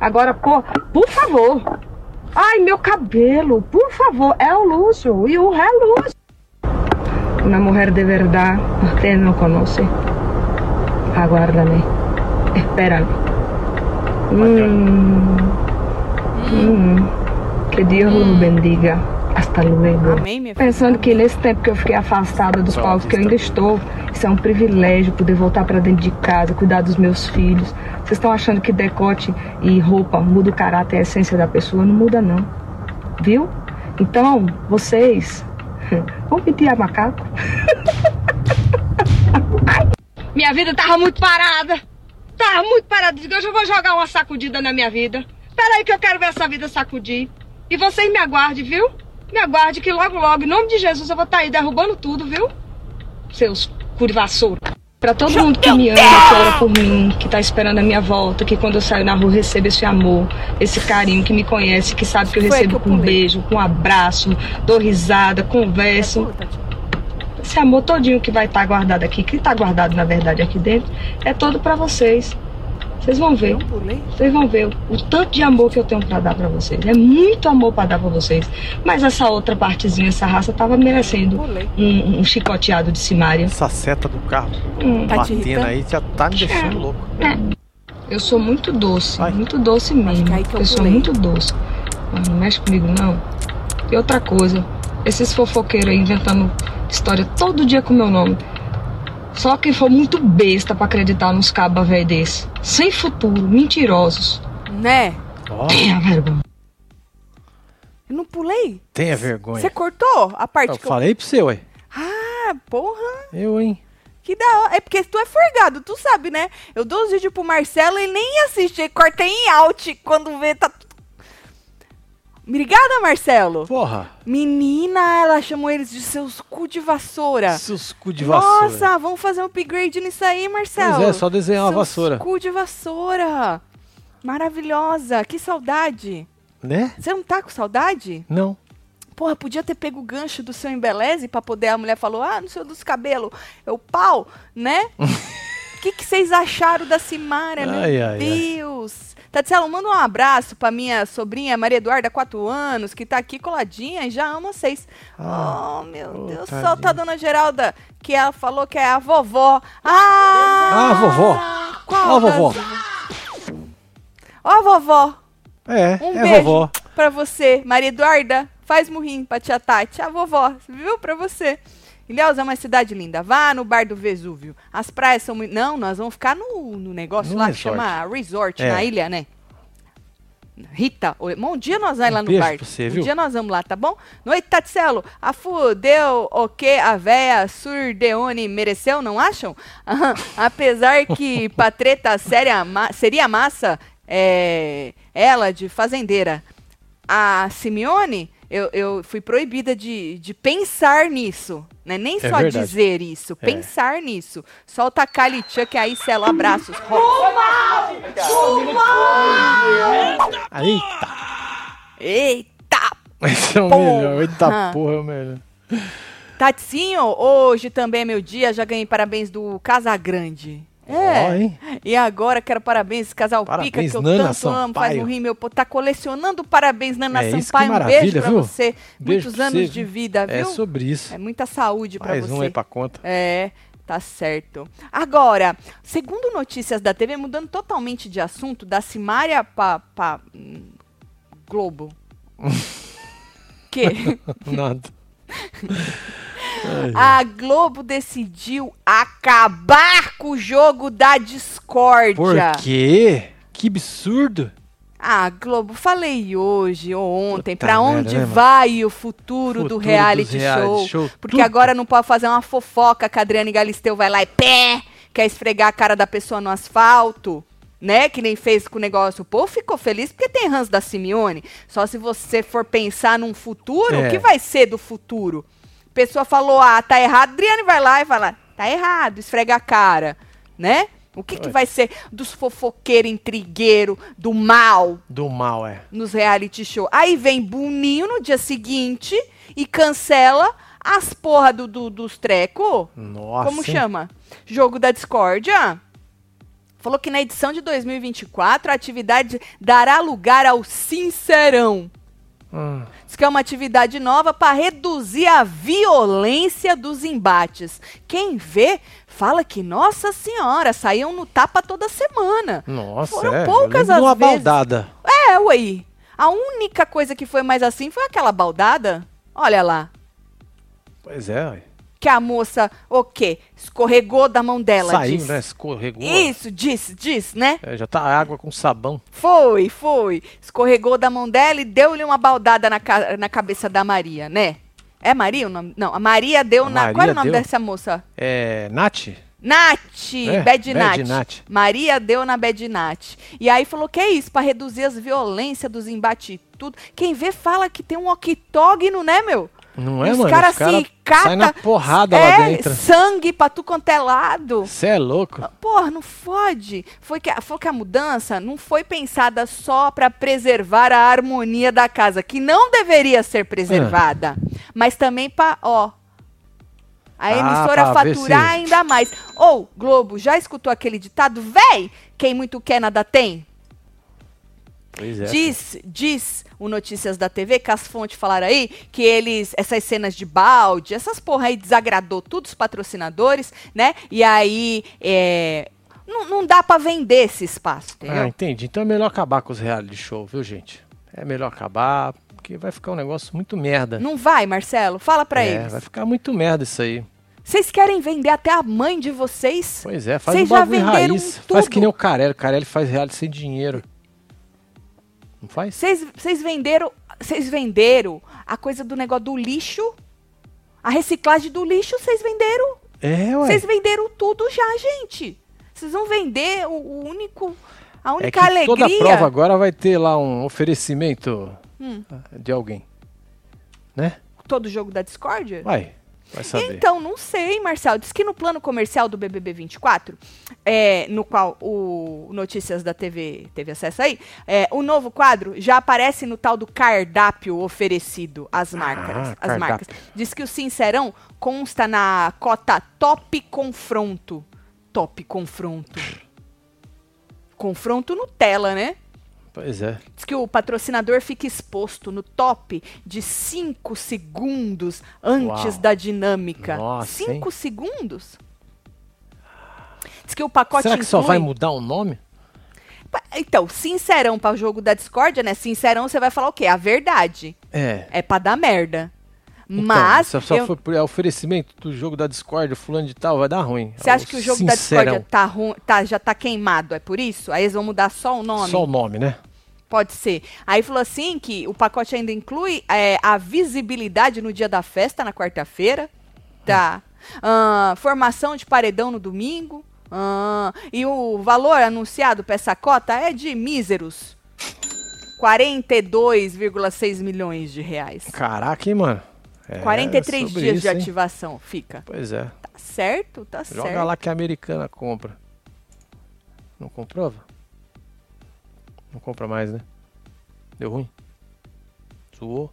[SPEAKER 4] Agora, pô, por favor. Ai, meu cabelo, por favor, é o luxo e o é reluz. Una mujer de verdad, usted no conoce. Aguárdame. Espérame. Hum. Hum. Que Deus nos bendiga. Hasta luego.
[SPEAKER 2] Amém, minha filha?
[SPEAKER 4] Pensando que nesse tempo que eu fiquei afastada dos
[SPEAKER 1] Só
[SPEAKER 4] palcos que eu ainda estou, isso é um privilégio poder voltar pra dentro de casa, cuidar dos meus filhos. Vocês estão achando que decote e roupa muda o caráter e a essência da pessoa? Não muda, não. Viu? Então, vocês. Vão pedir a macaco? Ai, minha vida tava muito parada. Tava Tá muito parada. Digo, hoje eu vou jogar uma sacudida na minha vida. Peraí, que eu quero ver essa vida sacudir. E vocês me aguardem, viu? Me aguarde que logo, logo, em nome de Jesus, eu vou estar aí derrubando tudo, viu? Seus curvaçouro. Pra todo mundo que me ama, que ora por mim, que tá esperando a minha volta, que quando eu saio na rua recebo esse amor, esse carinho, que me conhece, que sabe que eu
[SPEAKER 2] Foi
[SPEAKER 4] recebo
[SPEAKER 2] que eu
[SPEAKER 4] com um
[SPEAKER 2] pulei.
[SPEAKER 4] beijo, com um abraço, dou risada, converso
[SPEAKER 2] É Puta, tio.
[SPEAKER 4] esse amor todinho que vai estar guardado aqui, que está guardado na verdade aqui dentro, é todo para vocês. Vocês vão ver,
[SPEAKER 2] Eu pulei.
[SPEAKER 4] vocês vão ver o tanto de amor que eu tenho para dar para vocês. É muito amor para dar para vocês. Mas essa outra partezinha, essa raça, tava merecendo
[SPEAKER 2] Pulei.
[SPEAKER 4] um, um chicoteado de Simária.
[SPEAKER 1] Essa seta do carro
[SPEAKER 4] Hum,
[SPEAKER 2] Tá te
[SPEAKER 1] batendo
[SPEAKER 2] irritando?
[SPEAKER 1] aí já tá me deixando louco.
[SPEAKER 4] eu sou muito doce,
[SPEAKER 1] Vai.
[SPEAKER 4] muito doce
[SPEAKER 2] Acho
[SPEAKER 4] mesmo.
[SPEAKER 2] que é aí que eu
[SPEAKER 4] Eu, sou
[SPEAKER 2] pulei.
[SPEAKER 4] muito doce. Mas não mexe comigo, não. E outra coisa, esses fofoqueiros aí inventando história todo dia com meu nome. Só quem for muito besta pra acreditar nos cabas velho desse. Sem futuro, mentirosos.
[SPEAKER 2] Né?
[SPEAKER 1] Ó,
[SPEAKER 4] Tenha vergonha.
[SPEAKER 2] Eu não pulei?
[SPEAKER 1] tenha vergonha.
[SPEAKER 2] Você cortou a parte
[SPEAKER 1] Eu
[SPEAKER 2] que
[SPEAKER 1] falei pro seu, ué.
[SPEAKER 2] eu... Ah, porra.
[SPEAKER 1] Eu, hein?
[SPEAKER 2] Que da hora. É porque tu é forgado, tu sabe, né? Eu dou os vídeos pro Marcelo, ele nem assiste. Ele corta em alt quando vê, tá tudo... Obrigada, Marcelo.
[SPEAKER 1] Porra,
[SPEAKER 2] Menina, ela chamou eles de seus cu de vassoura.
[SPEAKER 1] seus cu de vassoura.
[SPEAKER 2] É. Nossa, vamos fazer um upgrade nisso aí, Marcelo.
[SPEAKER 1] Pois é, só desenhar uma
[SPEAKER 2] Seus
[SPEAKER 1] vassoura.
[SPEAKER 2] cu de vassoura. Maravilhosa, que saudade.
[SPEAKER 1] Né?
[SPEAKER 2] Você não tá com saudade?
[SPEAKER 1] Não.
[SPEAKER 2] Porra, podia ter pego o gancho do seu embeleze pra poder. A mulher falou, ah, não sei o dos cabelos, é o pau, né? O que que vocês acharam da Simara, meu
[SPEAKER 1] Ai, ai, ai.
[SPEAKER 2] Deus? Tatiana, manda um abraço pra minha sobrinha Maria Eduarda, 4 anos, que tá aqui coladinha e já ama vocês.
[SPEAKER 1] Ah,
[SPEAKER 2] oh, meu
[SPEAKER 1] ô,
[SPEAKER 2] Deus,
[SPEAKER 1] tadinha.
[SPEAKER 2] solta a dona Geralda, que ela falou que é a vovó. Ah!
[SPEAKER 1] Ah, a vovó.
[SPEAKER 2] Qual
[SPEAKER 1] Ó, a vovó.
[SPEAKER 2] das- Ó, vovó,
[SPEAKER 1] É,
[SPEAKER 2] um
[SPEAKER 1] é
[SPEAKER 2] beijo
[SPEAKER 1] vovó.
[SPEAKER 2] pra você, Maria Eduarda. Faz murrinho pra tia Tati, a vovó, viu? Pra você. Ilhéus é uma cidade linda. Vá no bar do Vesúvio. As praias são muito. Não, nós vamos ficar no, no negócio
[SPEAKER 1] No
[SPEAKER 2] lá
[SPEAKER 1] resort.
[SPEAKER 2] que chama resort
[SPEAKER 1] É.
[SPEAKER 2] na ilha, né? Rita, oi- um dia nós vamos lá
[SPEAKER 1] Um
[SPEAKER 2] no
[SPEAKER 1] beijo
[SPEAKER 2] bar.
[SPEAKER 1] pra você,
[SPEAKER 2] um
[SPEAKER 1] viu?
[SPEAKER 2] dia nós vamos lá, tá bom? Noite, Taticelo. A fudeu o que a véia Surdeone mereceu, não acham? Aham. Apesar que pra treta séria ma- seria massa, é, ela de fazendeira. A Simeone, eu, eu fui proibida de, de pensar nisso. Né? Nem só
[SPEAKER 1] É verdade.
[SPEAKER 2] dizer isso,
[SPEAKER 1] É.
[SPEAKER 2] pensar nisso. Solta a Calitia que aí selo abraços. Rock.
[SPEAKER 1] Eita,
[SPEAKER 2] Eita!
[SPEAKER 1] esse é o
[SPEAKER 2] Porra.
[SPEAKER 1] melhor.
[SPEAKER 2] Ah.
[SPEAKER 1] Eita porra, é o melhor.
[SPEAKER 2] Tatinho, hoje também é meu dia, já ganhei parabéns do Casa Grande. É.
[SPEAKER 1] Ó, hein?
[SPEAKER 2] E agora quero parabéns esse casal pica
[SPEAKER 1] Parabéns,
[SPEAKER 2] que eu
[SPEAKER 1] Nana
[SPEAKER 2] tanto amo, faz
[SPEAKER 1] Sampaio.
[SPEAKER 2] um rim meu, pô, tá colecionando parabéns Nana
[SPEAKER 1] É, isso que
[SPEAKER 2] Sampaio, um beijo
[SPEAKER 1] maravilha,
[SPEAKER 2] pra
[SPEAKER 1] viu?
[SPEAKER 2] você,
[SPEAKER 1] Beijo
[SPEAKER 2] muitos
[SPEAKER 1] pra você,
[SPEAKER 2] anos de
[SPEAKER 1] viu?
[SPEAKER 2] vida, viu?
[SPEAKER 1] É sobre isso.
[SPEAKER 2] É muita saúde pra
[SPEAKER 1] Mais
[SPEAKER 2] você.
[SPEAKER 1] um aí pra conta.
[SPEAKER 2] É, tá certo. Agora, segundo notícias da TV, mudando totalmente de assunto, da Simária pra, pra hum, Globo. que
[SPEAKER 1] Nada.
[SPEAKER 2] a Globo decidiu acabar com o jogo da discórdia.
[SPEAKER 1] Por quê? Que absurdo.
[SPEAKER 2] Ah, Globo, falei hoje ou ontem
[SPEAKER 1] Puta
[SPEAKER 2] pra
[SPEAKER 1] merda,
[SPEAKER 2] onde
[SPEAKER 1] né, mano?
[SPEAKER 2] vai o futuro, do
[SPEAKER 1] dos
[SPEAKER 2] reality show. Porque
[SPEAKER 1] tudo.
[SPEAKER 2] agora não pode fazer uma fofoca que a Adriane Galisteu vai lá e pé, quer esfregar a cara da pessoa no asfalto, né? Que nem fez com o negócio. O povo ficou feliz porque tem ranço da Simeone. Só se você for pensar num futuro,
[SPEAKER 1] É.
[SPEAKER 2] o que vai ser do futuro? Pessoa falou, ah, tá errado. Adriane vai lá e fala, tá errado, esfrega a cara, né? O que, que vai ser dos fofoqueiro intrigueiro, do mal,
[SPEAKER 1] Do mal, é.
[SPEAKER 2] nos reality show. Aí vem Boninho no dia seguinte e cancela as porra do, do- dos treco.
[SPEAKER 1] Nossa.
[SPEAKER 2] Como
[SPEAKER 1] hein?
[SPEAKER 2] chama? Jogo da discórdia. Falou que na edição de 2024 a atividade dará lugar ao sincerão.
[SPEAKER 1] Hum.
[SPEAKER 2] Diz que é uma atividade nova para reduzir a violência dos embates. Quem vê fala que, nossa senhora, saíam no tapa toda semana.
[SPEAKER 1] Nossa,
[SPEAKER 2] Foram
[SPEAKER 1] é.
[SPEAKER 2] poucas
[SPEAKER 1] Eu lembro de
[SPEAKER 2] as
[SPEAKER 1] uma
[SPEAKER 2] vezes.
[SPEAKER 1] baldada.
[SPEAKER 2] É, ué. A única coisa que foi mais assim foi aquela baldada. Olha lá.
[SPEAKER 1] Pois é, ué.
[SPEAKER 2] Que a moça, o quê? Escorregou da mão dela.
[SPEAKER 1] Saiu,
[SPEAKER 2] disse.
[SPEAKER 1] né? Escorregou.
[SPEAKER 2] Isso, disse, disse, né?
[SPEAKER 1] É, já tá água com sabão.
[SPEAKER 2] Foi, foi. Escorregou da mão dela e deu-lhe uma baldada na, ca- na cabeça da Maria, né? É Maria o nome? Não, a Maria deu
[SPEAKER 1] A
[SPEAKER 2] na. Qual
[SPEAKER 1] Maria
[SPEAKER 2] é o nome
[SPEAKER 1] deu.
[SPEAKER 2] dessa moça?
[SPEAKER 1] É. Nath?
[SPEAKER 2] Nath,
[SPEAKER 1] É,
[SPEAKER 2] Bad,
[SPEAKER 1] Bad
[SPEAKER 2] Nath.
[SPEAKER 1] Nath.
[SPEAKER 2] Maria deu na Bad Nath. E aí falou que é isso, pra reduzir as violências dos embates e tudo. Quem vê fala que tem um octógono, né, meu?
[SPEAKER 1] Não é,
[SPEAKER 2] Os
[SPEAKER 1] mano?
[SPEAKER 2] cara
[SPEAKER 1] Os caras
[SPEAKER 2] se cata-
[SPEAKER 1] saem na porrada
[SPEAKER 2] é,
[SPEAKER 1] lá dentro.
[SPEAKER 2] sangue pra tu quanto é lado.
[SPEAKER 1] Você é louco.
[SPEAKER 2] Ah, Porra, não fode. Foi que, a- foi que a mudança não foi pensada só pra preservar a harmonia da casa, que não deveria ser preservada, mas também pra, ó, a
[SPEAKER 1] É. Ah,
[SPEAKER 2] emissora
[SPEAKER 1] pra ver
[SPEAKER 2] faturar
[SPEAKER 1] se-
[SPEAKER 2] ainda mais. Ou, Globo, já escutou aquele ditado? Véi, quem muito quer nada tem?
[SPEAKER 1] Pois é.
[SPEAKER 2] Diz, diz o Notícias da TV, que as fontes falaram aí, que eles, essas cenas de balde, essas porra aí desagradou todos os patrocinadores, né? E aí, é, não, não dá pra vender esse espaço, entendeu?
[SPEAKER 1] Ah, entendi. Então é melhor acabar com os reality show, viu, gente? É melhor acabar, porque vai ficar um negócio muito merda.
[SPEAKER 2] Não vai, Marcelo? Fala pra
[SPEAKER 1] é,
[SPEAKER 2] eles.
[SPEAKER 1] vai ficar muito merda isso aí.
[SPEAKER 2] Vocês querem vender até a mãe de vocês?
[SPEAKER 1] Pois é, faz
[SPEAKER 2] Vocês
[SPEAKER 1] um
[SPEAKER 2] já
[SPEAKER 1] bagulho
[SPEAKER 2] venderam
[SPEAKER 1] raiz.
[SPEAKER 2] tudo.
[SPEAKER 1] Faz que nem o Carelli. O Carelli faz reality sem dinheiro. Não faz?
[SPEAKER 2] Vocês vocês venderam, vocês venderam a coisa do negócio do lixo? A reciclagem do lixo, vocês venderam?
[SPEAKER 1] É, ué.
[SPEAKER 2] Vocês venderam tudo já, gente. Vocês vão vender o, o único, a
[SPEAKER 1] é
[SPEAKER 2] única
[SPEAKER 1] que
[SPEAKER 2] alegria.
[SPEAKER 1] toda prova agora vai ter lá um oferecimento
[SPEAKER 2] Hum.
[SPEAKER 1] de alguém. Né?
[SPEAKER 2] Todo jogo da discórdia?
[SPEAKER 1] Vai. Vai saber.
[SPEAKER 2] Então, não sei, Marcelo. Diz que no plano comercial do BBB 24, é, no qual o Notícias da TV teve acesso aí, é, o novo quadro já aparece no tal do cardápio oferecido às marcas.
[SPEAKER 1] Ah,
[SPEAKER 2] às
[SPEAKER 1] cardápio.
[SPEAKER 2] marcas. Diz que o Sincerão consta na cota Top Confronto. Top Confronto. Confronto Nutella, né?
[SPEAKER 1] Pois é.
[SPEAKER 2] Diz que o patrocinador fica exposto no top de 5 segundos antes
[SPEAKER 1] Uau.
[SPEAKER 2] da dinâmica.
[SPEAKER 1] Nossa,
[SPEAKER 2] 5 segundos? Diz que o pacote
[SPEAKER 1] Será que só
[SPEAKER 2] inclui-
[SPEAKER 1] vai mudar o nome?
[SPEAKER 2] Pa- Então, sincerão para o jogo da discórdia, né? Sincerão, você vai falar o quê? A verdade.
[SPEAKER 1] É.
[SPEAKER 2] É pra dar merda.
[SPEAKER 1] Então,
[SPEAKER 2] Mas
[SPEAKER 1] se só
[SPEAKER 2] eu-
[SPEAKER 1] for por é oferecimento do jogo da Discord, fulano de tal, vai dar ruim.
[SPEAKER 2] você acha que o jogo da
[SPEAKER 1] Sincerão.
[SPEAKER 2] discórdia tá ru... tá- já tá queimado? É por isso? Aí eles vão mudar só o nome?
[SPEAKER 1] Só o nome, né?
[SPEAKER 2] Pode ser. Aí falou assim que o pacote ainda inclui é, a visibilidade no dia da festa, na quarta-feira. Tá.
[SPEAKER 1] Hum.
[SPEAKER 2] Ahn, formação de paredão no domingo. Ahn, e o valor anunciado para essa cota é de míseros. 42,6 milhões de reais.
[SPEAKER 1] Caraca, hein, mano? É,
[SPEAKER 2] 43
[SPEAKER 1] sobre
[SPEAKER 2] dias de
[SPEAKER 1] isso, hein?
[SPEAKER 2] ativação. Fica.
[SPEAKER 1] Pois é.
[SPEAKER 2] Tá certo? Tá
[SPEAKER 1] Joga
[SPEAKER 2] certo.
[SPEAKER 1] lá que a americana compra. Não comprova? Não compra mais, né? Deu ruim? Suou?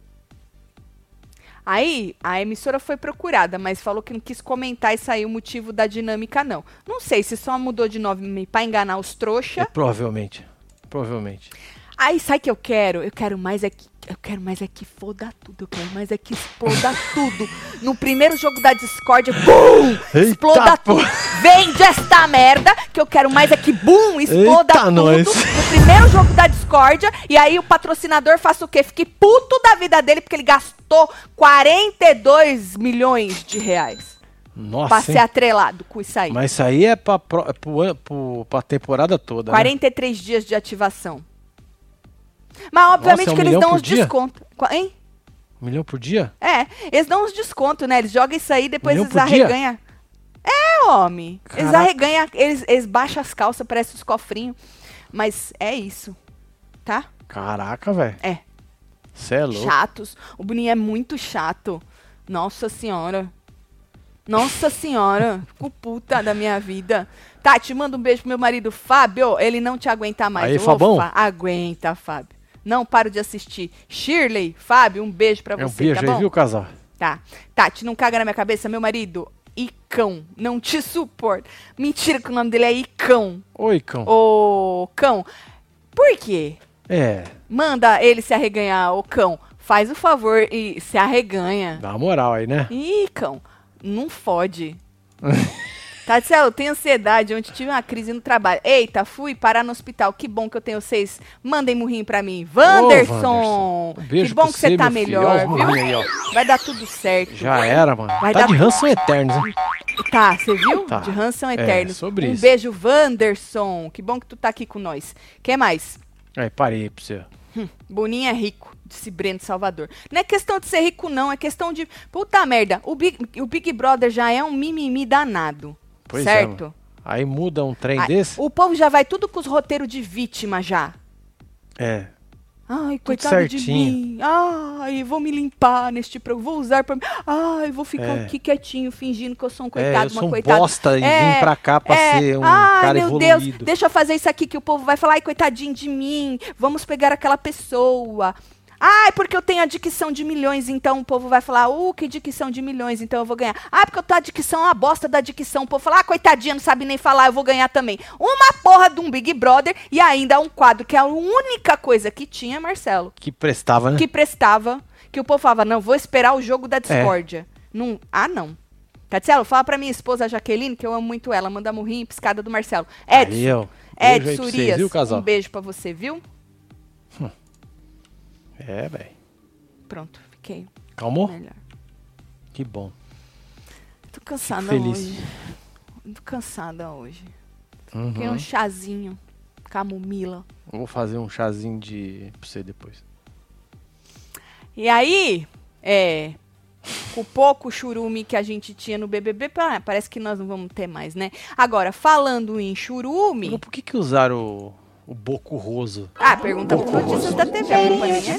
[SPEAKER 2] Aí a emissora foi procurada, mas falou que não quis comentar e saiu o motivo da dinâmica, não. Não sei se só mudou de nome pra enganar os trouxa.
[SPEAKER 1] É, Provavelmente. Provavelmente.
[SPEAKER 2] Aí sabe o que eu quero? Eu quero mais aqui. Eu quero mais aqui, foda tudo. Eu quero mais aqui, exploda tudo. No primeiro jogo da Discord, BUM!
[SPEAKER 1] Eita,
[SPEAKER 2] Exploda
[SPEAKER 1] pô.
[SPEAKER 2] tudo. Vende esta merda, que eu quero mais aqui, BUM! Exploda
[SPEAKER 1] Eita,
[SPEAKER 2] tudo.
[SPEAKER 1] nós.
[SPEAKER 2] No primeiro jogo da Discord, e aí o patrocinador faça o quê? Fique puto da vida dele, porque ele gastou 42 milhões de reais pra
[SPEAKER 1] Nossa,
[SPEAKER 2] ser
[SPEAKER 1] hein?
[SPEAKER 2] atrelado com isso aí.
[SPEAKER 1] Mas isso aí é pra, pro- é pro an- pro- pra temporada toda, né?
[SPEAKER 2] 43 dias de ativação. Mas obviamente
[SPEAKER 1] Nossa, é um
[SPEAKER 2] que eles
[SPEAKER 1] milhão
[SPEAKER 2] dão
[SPEAKER 1] por
[SPEAKER 2] os
[SPEAKER 1] dia?
[SPEAKER 2] descontos. Qua- Hein?
[SPEAKER 1] né? Um milhão por dia?
[SPEAKER 2] É, eles dão uns descontos, né? Eles jogam isso aí, depois
[SPEAKER 1] Milhão
[SPEAKER 2] eles
[SPEAKER 1] por dia?
[SPEAKER 2] arreganham. É, homem. Eles
[SPEAKER 1] Caraca.
[SPEAKER 2] arreganham, eles, eles baixam as calças, parece os cofrinhos. Mas é isso, tá?
[SPEAKER 1] Caraca, velho.
[SPEAKER 2] É.
[SPEAKER 1] Cê é louco.
[SPEAKER 2] Chatos. O Bruninho é muito chato. Nossa senhora. Nossa senhora. Fico puta da minha vida. Tati, manda um beijo pro meu marido Fábio. Ele não te aguenta mais.
[SPEAKER 1] Aí,
[SPEAKER 2] Ô,
[SPEAKER 1] Fabão.
[SPEAKER 2] Fá- Aguenta, Fábio. Não paro de assistir. Shirley, Fábio, um beijo pra
[SPEAKER 1] É um
[SPEAKER 2] você,
[SPEAKER 1] beijo
[SPEAKER 2] tá
[SPEAKER 1] aí,
[SPEAKER 2] bom?
[SPEAKER 1] viu, casal?
[SPEAKER 2] Tá. Tati, não caga na minha cabeça, meu marido. Icão, não te suporto. Mentira que o nome dele é Icão.
[SPEAKER 1] Oi, cão.
[SPEAKER 2] Ô, cão. Por quê?
[SPEAKER 1] É,
[SPEAKER 2] Manda ele se arreganhar, ô cão. Faz o favor e se arreganha.
[SPEAKER 1] dá uma moral aí, né?
[SPEAKER 2] Ih, cão, não fode. Tatielo, tenho ansiedade. Ontem tive uma crise no trabalho. Eita, fui parar no hospital. Que bom que eu tenho vocês. Mandem murrinho pra mim. Wanderson!
[SPEAKER 1] Wanderson, um beijo
[SPEAKER 2] que bom
[SPEAKER 1] pra
[SPEAKER 2] que você
[SPEAKER 1] você,
[SPEAKER 2] tá
[SPEAKER 1] meu filho.
[SPEAKER 2] melhor,
[SPEAKER 1] Ó, o
[SPEAKER 2] viu?
[SPEAKER 1] murrinho aí, ó.
[SPEAKER 2] Vai dar tudo certo.
[SPEAKER 1] Já era, mano.
[SPEAKER 2] Vai
[SPEAKER 1] tá
[SPEAKER 2] dar-
[SPEAKER 1] de ranço eternos, hein?
[SPEAKER 2] Tá, você viu?
[SPEAKER 1] Tá.
[SPEAKER 2] De ranção
[SPEAKER 1] É,
[SPEAKER 2] eterno.
[SPEAKER 1] sobre
[SPEAKER 2] um
[SPEAKER 1] isso.
[SPEAKER 2] beijo, Wanderson. Que bom que tu tá aqui com nós. Quer mais?
[SPEAKER 1] Aí, parei pra você.
[SPEAKER 2] Boninho é rico, disse Breno de Salvador. Não é questão de ser rico, não. É questão de. Puta merda, o Big, o Big Brother já é um mimimi danado.
[SPEAKER 1] Pois é,
[SPEAKER 2] certo?
[SPEAKER 1] mano. Aí muda um trem
[SPEAKER 2] Ah,
[SPEAKER 1] desse.
[SPEAKER 2] o povo já vai tudo com os roteiros de vítima já.
[SPEAKER 1] É.
[SPEAKER 2] Ai, coitado de
[SPEAKER 1] certinho.
[SPEAKER 2] mim. Ai, vou me limpar neste programa. Vou usar pra mim. Ai, vou ficar
[SPEAKER 1] É.
[SPEAKER 2] aqui quietinho, fingindo que eu sou um
[SPEAKER 1] é,
[SPEAKER 2] coitado,
[SPEAKER 1] eu
[SPEAKER 2] uma
[SPEAKER 1] sou um
[SPEAKER 2] coitada.
[SPEAKER 1] bosta e
[SPEAKER 2] É,
[SPEAKER 1] vim pra cá pra
[SPEAKER 2] É,
[SPEAKER 1] ser um
[SPEAKER 2] ai,
[SPEAKER 1] cara
[SPEAKER 2] meu Deus,
[SPEAKER 1] evoluído.
[SPEAKER 2] deixa eu fazer isso aqui que o povo vai falar, ai, coitadinho de mim, vamos pegar aquela pessoa. Ai, porque eu tenho a dicção de milhões, então o povo vai falar, uh, que dicção de milhões, então eu vou ganhar. Ah, porque eu tô a dicção, a bosta da dicção. O povo fala, ah, coitadinha, não sabe nem falar, eu vou ganhar também. Uma porra de um Big Brother e ainda um quadro que é a única coisa que tinha, Marcelo,
[SPEAKER 1] Que prestava, né?
[SPEAKER 2] que prestava, que o povo falava, não, vou esperar o jogo da
[SPEAKER 1] É.
[SPEAKER 2] discórdia. Não, ah, não. Tatielo, fala pra minha esposa Jaqueline, que eu amo muito ela, manda morrinho e piscada do Marcelo.
[SPEAKER 1] Aí,
[SPEAKER 2] Edson,
[SPEAKER 1] ó. Beijo aí
[SPEAKER 2] Edson
[SPEAKER 1] pra vocês,
[SPEAKER 2] Urias,
[SPEAKER 1] viu, casal?
[SPEAKER 2] um beijo pra você, viu?
[SPEAKER 1] É, velho.
[SPEAKER 2] Pronto, fiquei
[SPEAKER 1] Calmou?
[SPEAKER 2] melhor.
[SPEAKER 1] Que bom.
[SPEAKER 2] Tô cansada
[SPEAKER 1] Fico feliz.
[SPEAKER 2] hoje. Tô cansada hoje.
[SPEAKER 1] Uhum.
[SPEAKER 2] Queria um chazinho, camomila.
[SPEAKER 1] Eu Vou fazer um chazinho de pra você depois.
[SPEAKER 2] E aí, é, com o pouco churume que a gente tinha no BBB, pa- parece que nós não vamos ter mais, né? Agora, falando em churume...
[SPEAKER 1] Mas Por que que usaram o, O Boco Roso.
[SPEAKER 2] Ah, pergunta por notícias da TV. a culpa nem é minha.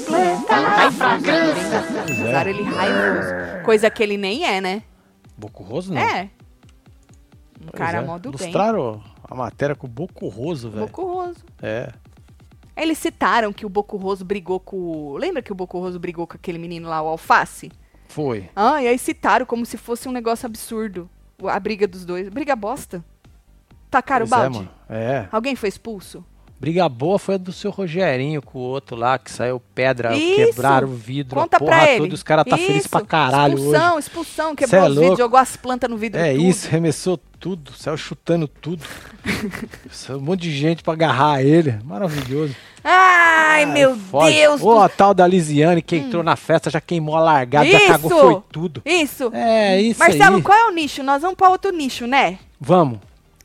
[SPEAKER 1] é.
[SPEAKER 2] Usaram ele raivoso. Coisa que ele nem é, né?
[SPEAKER 1] Boco Roso não.
[SPEAKER 2] É. Um
[SPEAKER 1] Hum. Pois
[SPEAKER 2] cara
[SPEAKER 1] é.
[SPEAKER 2] mó do bem.
[SPEAKER 1] Ilustraram a matéria com o Boco Roso, velho.
[SPEAKER 2] Bocurroso.
[SPEAKER 1] É.
[SPEAKER 2] Eles citaram que o Bocurroso brigou com. o- Lembra que o Bocurroso brigou com aquele menino lá, o Alface?
[SPEAKER 1] Foi.
[SPEAKER 2] Ah, e aí citaram como se fosse um negócio absurdo o- a briga dos dois. Briga bosta. Tacaram o
[SPEAKER 1] Pois é,
[SPEAKER 2] balde.
[SPEAKER 1] mano. É.
[SPEAKER 2] Alguém foi expulso?
[SPEAKER 1] Briga boa foi a do seu Rogerinho com o outro lá, que saiu pedra,
[SPEAKER 2] Isso.
[SPEAKER 1] quebraram o vidro,
[SPEAKER 2] Conta
[SPEAKER 1] a porra
[SPEAKER 2] pra
[SPEAKER 1] toda,
[SPEAKER 2] ele.
[SPEAKER 1] e os caras tá felizes
[SPEAKER 2] Isso.
[SPEAKER 1] pra caralho
[SPEAKER 2] expulsão,
[SPEAKER 1] hoje.
[SPEAKER 2] Expulsão,
[SPEAKER 1] Cê é
[SPEAKER 2] quebrou os vidros,
[SPEAKER 1] louco.
[SPEAKER 2] jogou as plantas no vidro.
[SPEAKER 1] É
[SPEAKER 2] tudo.
[SPEAKER 1] isso, remessou tudo, saiu chutando tudo. Saiu um monte de gente pra agarrar ele. Maravilhoso.
[SPEAKER 2] Ai,
[SPEAKER 1] Cara,
[SPEAKER 2] meu
[SPEAKER 1] foda.
[SPEAKER 2] Deus
[SPEAKER 1] Ô,
[SPEAKER 2] do Hum.
[SPEAKER 1] a tal da Lisiane que entrou na festa, já queimou a largada, já cagou,
[SPEAKER 2] Isso.
[SPEAKER 1] foi tudo.
[SPEAKER 2] Isso.
[SPEAKER 1] É, isso
[SPEAKER 2] Marcelo,
[SPEAKER 1] aí.
[SPEAKER 2] qual é o nicho? Nós vamos pra outro nicho, né?
[SPEAKER 1] Vamos.